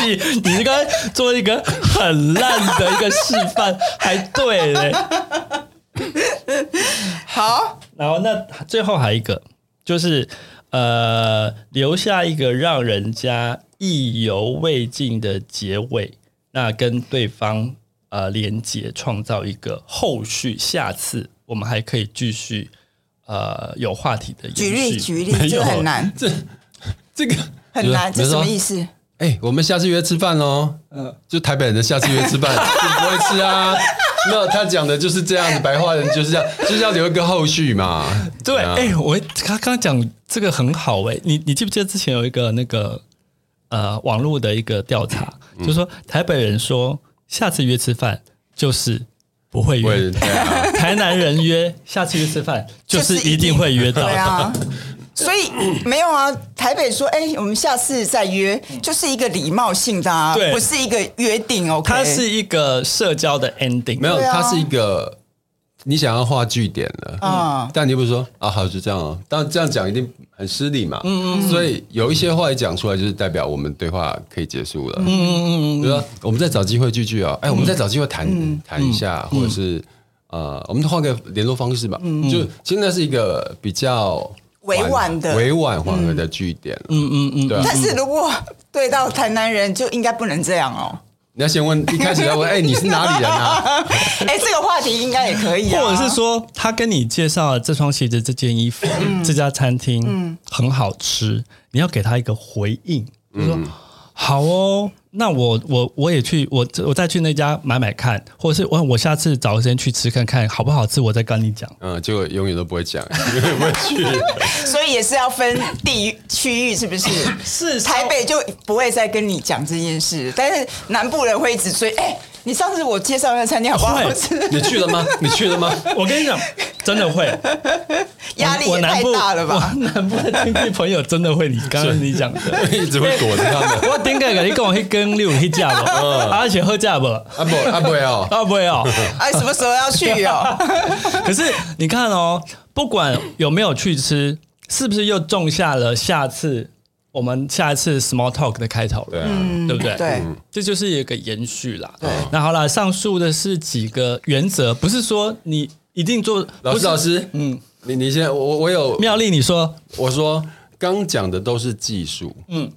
[SPEAKER 5] 你你是刚才做一个很烂的一个示范，还对嘞。
[SPEAKER 1] 好，
[SPEAKER 5] 然后那最后还有一个就是呃，留下一个让人家意犹未尽的结尾，那跟对方呃连接，创造一个后续，下次我们还可以继续呃有话题的延
[SPEAKER 1] 举例
[SPEAKER 5] 续。
[SPEAKER 1] 举例，这个 很难，
[SPEAKER 2] 这这个
[SPEAKER 1] 很难，这
[SPEAKER 2] 比如
[SPEAKER 1] 什
[SPEAKER 2] 说
[SPEAKER 1] 么意思？
[SPEAKER 2] 哎、我们下次约吃饭喽。嗯，就台北人的下次约吃 饭，你不会吃啊？那他讲的就是这样，白话人就是这样，就是要留一个后续嘛。
[SPEAKER 5] 对，
[SPEAKER 2] 啊
[SPEAKER 5] 哎、我他刚刚讲这个很好哎、你你记不记得之前有一个那个呃网络的一个调查，就是说台北人说下次约吃饭就是不会约
[SPEAKER 2] 我也对啊，
[SPEAKER 5] 台南人约下次去吃饭，就是一定会约到
[SPEAKER 1] 对
[SPEAKER 5] 的。
[SPEAKER 1] 啊，所以没有啊。台北说，哎、我们下次再约，就是一个礼貌性的、啊，
[SPEAKER 5] 对
[SPEAKER 1] 不是一个约定。OK，
[SPEAKER 5] 它是嗯一个社交的 ending，
[SPEAKER 2] 没有，
[SPEAKER 1] 对啊
[SPEAKER 2] 它是一个你想要画句点了，
[SPEAKER 1] 嗯
[SPEAKER 2] 但你又不是说啊，好就这样哦，但这样讲一定很失礼嘛，嗯嗯，所以有一些话一讲出来，就是代表我们对话可以结束了，嗯嗯嗯，比如说我们再找机会聚聚啊，哎，我们再找机会谈谈一下，或者是呃，我们换个联络方式吧，就现在是一个比较
[SPEAKER 1] 委婉的
[SPEAKER 2] 嗯委婉缓和的句点，嗯嗯嗯，对啊，
[SPEAKER 1] 但是如果对到台南人，就应该不能这样哦。
[SPEAKER 2] 你要先问，一开始要问，哎，你是哪里人啊？
[SPEAKER 1] 哎、这个话题应该也可以、啊，
[SPEAKER 5] 或者是说他跟你介绍了这双鞋子、这件衣服、这家餐厅、很好吃，你要给他一个回应，就说、好哦，那我我我也去，我我再去那家买买看，或者是我我下次找时间去吃看看好不好吃，我再跟你讲。
[SPEAKER 2] 嗯，结果永远都不会讲，永远不会去。
[SPEAKER 1] 所以也是要分地域区域，是不是？
[SPEAKER 5] 是
[SPEAKER 1] 台北就不会再跟你讲这件事，但是南部人会一直追。哎、你上次我介绍那餐厅好不好
[SPEAKER 5] 会
[SPEAKER 1] 吃？
[SPEAKER 2] 你去了吗？你去了吗？
[SPEAKER 5] 我跟你讲，真的会，
[SPEAKER 1] 压力
[SPEAKER 5] 我我
[SPEAKER 1] 也
[SPEAKER 5] 南
[SPEAKER 1] 太
[SPEAKER 5] 部
[SPEAKER 1] 大了吧？
[SPEAKER 5] 我南部的亲戚朋友真的会你刚刚你讲的。
[SPEAKER 2] 一直会躲着他 们。
[SPEAKER 5] 我顶个跟你讲，迄间你有去食无？而且好食无？
[SPEAKER 2] 啊不啊不要，
[SPEAKER 5] 啊，不会哦。
[SPEAKER 1] 哎、什么时候要去哦？
[SPEAKER 5] 可是你看哦，不管有没有去吃，是不是又种下了下次我们下一次 small talk 的开头了？
[SPEAKER 2] 对啊，
[SPEAKER 5] 对不对？
[SPEAKER 1] 对，
[SPEAKER 5] 这就是一个延续啦。对，那好啦，上述的是几个原则，不是说你一定做。
[SPEAKER 2] 老
[SPEAKER 5] 不
[SPEAKER 2] 师
[SPEAKER 5] 是
[SPEAKER 2] 老，师，嗯，你你先，我我有，
[SPEAKER 5] 妙丽，你说
[SPEAKER 2] 我说刚讲的都是技术，嗯，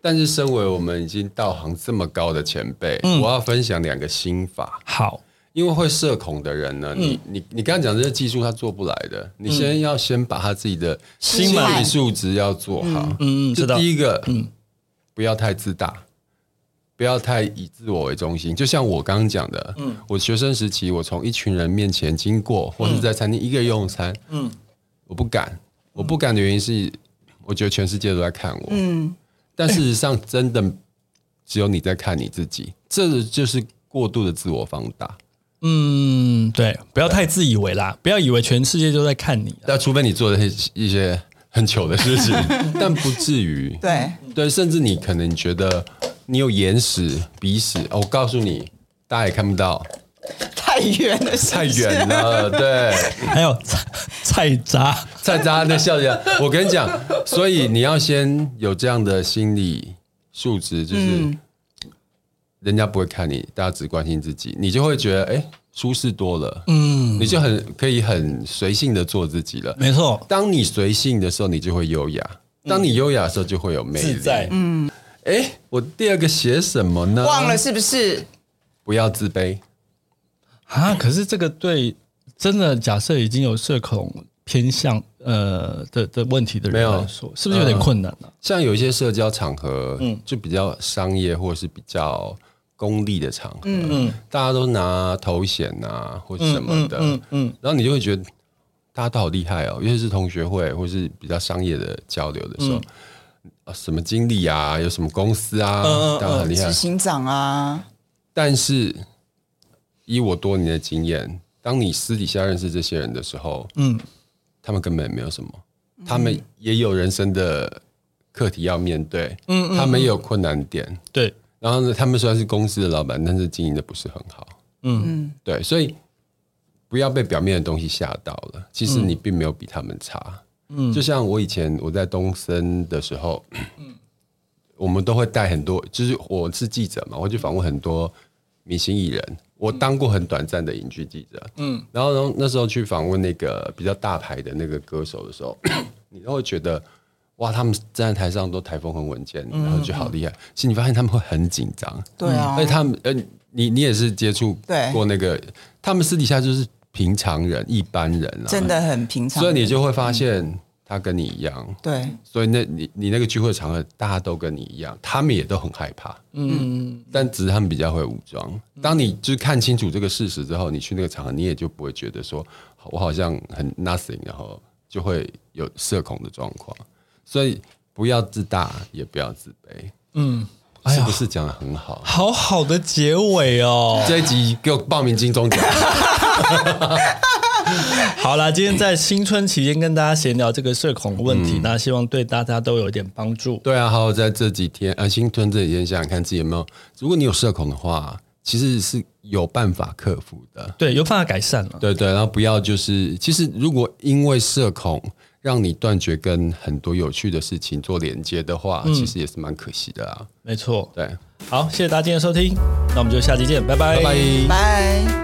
[SPEAKER 2] 但是身为我们已经道行这么高的前辈，我要分享两个心法，
[SPEAKER 5] 好，
[SPEAKER 2] 因为会社恐的人呢，你你你刚刚讲这些技术他做不来的，你先要先把他自己的
[SPEAKER 1] 心
[SPEAKER 2] 嗯心
[SPEAKER 1] 态
[SPEAKER 2] 理素质要做好，
[SPEAKER 5] 嗯嗯
[SPEAKER 2] 这
[SPEAKER 5] 知道
[SPEAKER 2] 第一个，嗯，不要太自大，不要太以自我为中心。就像我刚刚讲的，嗯，我学生时期，我从一群人面前经过，或是在餐厅一个人用餐，嗯，我不敢，我不敢的原因是，我觉得全世界都在看我，嗯，但事实上真的只有你在看你自己，这就是过度的自我放大。
[SPEAKER 5] 嗯，对，不要太自以为啦，不要以为全世界都在看你 啊啦。
[SPEAKER 2] 那除非你做的一些很糗的 事情，但不至于。
[SPEAKER 1] 对，
[SPEAKER 2] 对，甚至你可能觉得你有眼屎、鼻屎，哦我告诉你，大家也看不到，
[SPEAKER 1] 太远了是不是
[SPEAKER 2] 太远了。对，
[SPEAKER 5] 还有菜菜渣，
[SPEAKER 2] 菜渣的笑点，我跟你讲，所以你要先有这样的心理素质，就是人家不会看你，大家只关心自己，你就会觉得哎、舒适多了，嗯，你就很可以很随性的做自己了。
[SPEAKER 5] 没错，
[SPEAKER 2] 当你随性的时候，你就会优雅；当你优雅的时候，就会有魅力。
[SPEAKER 5] 自在。
[SPEAKER 2] 哎，我第二个写什么呢？
[SPEAKER 1] 忘了，是不是？
[SPEAKER 2] 不要自卑。
[SPEAKER 5] 啊，可是这个对真的假设已经有社恐偏向呃的的问题的
[SPEAKER 2] 没
[SPEAKER 5] 人
[SPEAKER 2] 有
[SPEAKER 5] 来说，是不是有呃点困难啊呢、
[SPEAKER 2] 像有一些社交场合，就比较商业或者是比较功利的场合，大家都拿头衔啊或者什么的，然后你就会觉得大家都好厉害哦，尤其是同学会或是比较商业的交流的时候，啊什么经理啊，有什么公司啊，大家很厉害
[SPEAKER 1] 执，行长啊，
[SPEAKER 2] 但是以我多年的经验，当你私底下认识这些人的时候，嗯，他们根本没有什么，他们也有人生的课题要面对，嗯，他们也有困难点，
[SPEAKER 5] 对，
[SPEAKER 2] 然后呢，他们虽然是公司的老板，但是经营的不是很好，嗯，对，所以不要被表面的东西吓到了，其实你并没有比他们差，嗯，就像我以前我在东森的时候，我们都会带很多，就是我是记者嘛，我去访问很多明星艺人，我当过很短暂的影剧记者，嗯，然后呢那时候去访问那个比较大牌的那个歌手的时候，你都会觉得。哇，他们站在台上都台风很稳健，
[SPEAKER 1] 嗯
[SPEAKER 2] 然后就好厉害。其实你发现他们会很紧张，
[SPEAKER 1] 对啊，
[SPEAKER 2] 而且他们呃，你你也是接触
[SPEAKER 1] 对
[SPEAKER 2] 过那个，他们私底下就是平常人、一般人啊，
[SPEAKER 1] 真，的很平常。
[SPEAKER 2] 所以你就会发现他跟你一样，
[SPEAKER 1] 对，
[SPEAKER 2] 所以那你你那个聚会场合，大家都跟你一样，他们也都很害怕，嗯，但只是他们比较会武装。当你就是看清楚这个事实之后，你去那个场合，你也就不会觉得说好我好像很 nothing，然后就会有社恐的状况。所以不要自大，也不要自卑，嗯，是不是讲的很好？
[SPEAKER 5] 好好的结尾 哦。
[SPEAKER 2] 这一集给我报名金钟奖，
[SPEAKER 5] 好啦，今天在新春期间跟大家闲聊这个社恐问题，那希望对大家都有一点帮助。
[SPEAKER 2] 对啊，还有在这几天啊，新春这几天想想看自己有没有，如果你有社恐的话，其实是有办法克服的。
[SPEAKER 5] 对，有办法改善了。
[SPEAKER 2] 对对，然后不要就是，其实如果因为社恐让你断绝跟很多有趣的事情做连接的话，其实也是蛮可惜的啊。
[SPEAKER 5] 没错。
[SPEAKER 2] 对，
[SPEAKER 5] 好，谢谢大家今天的收听，那我们就下期见，拜
[SPEAKER 2] 拜拜。
[SPEAKER 1] 拜。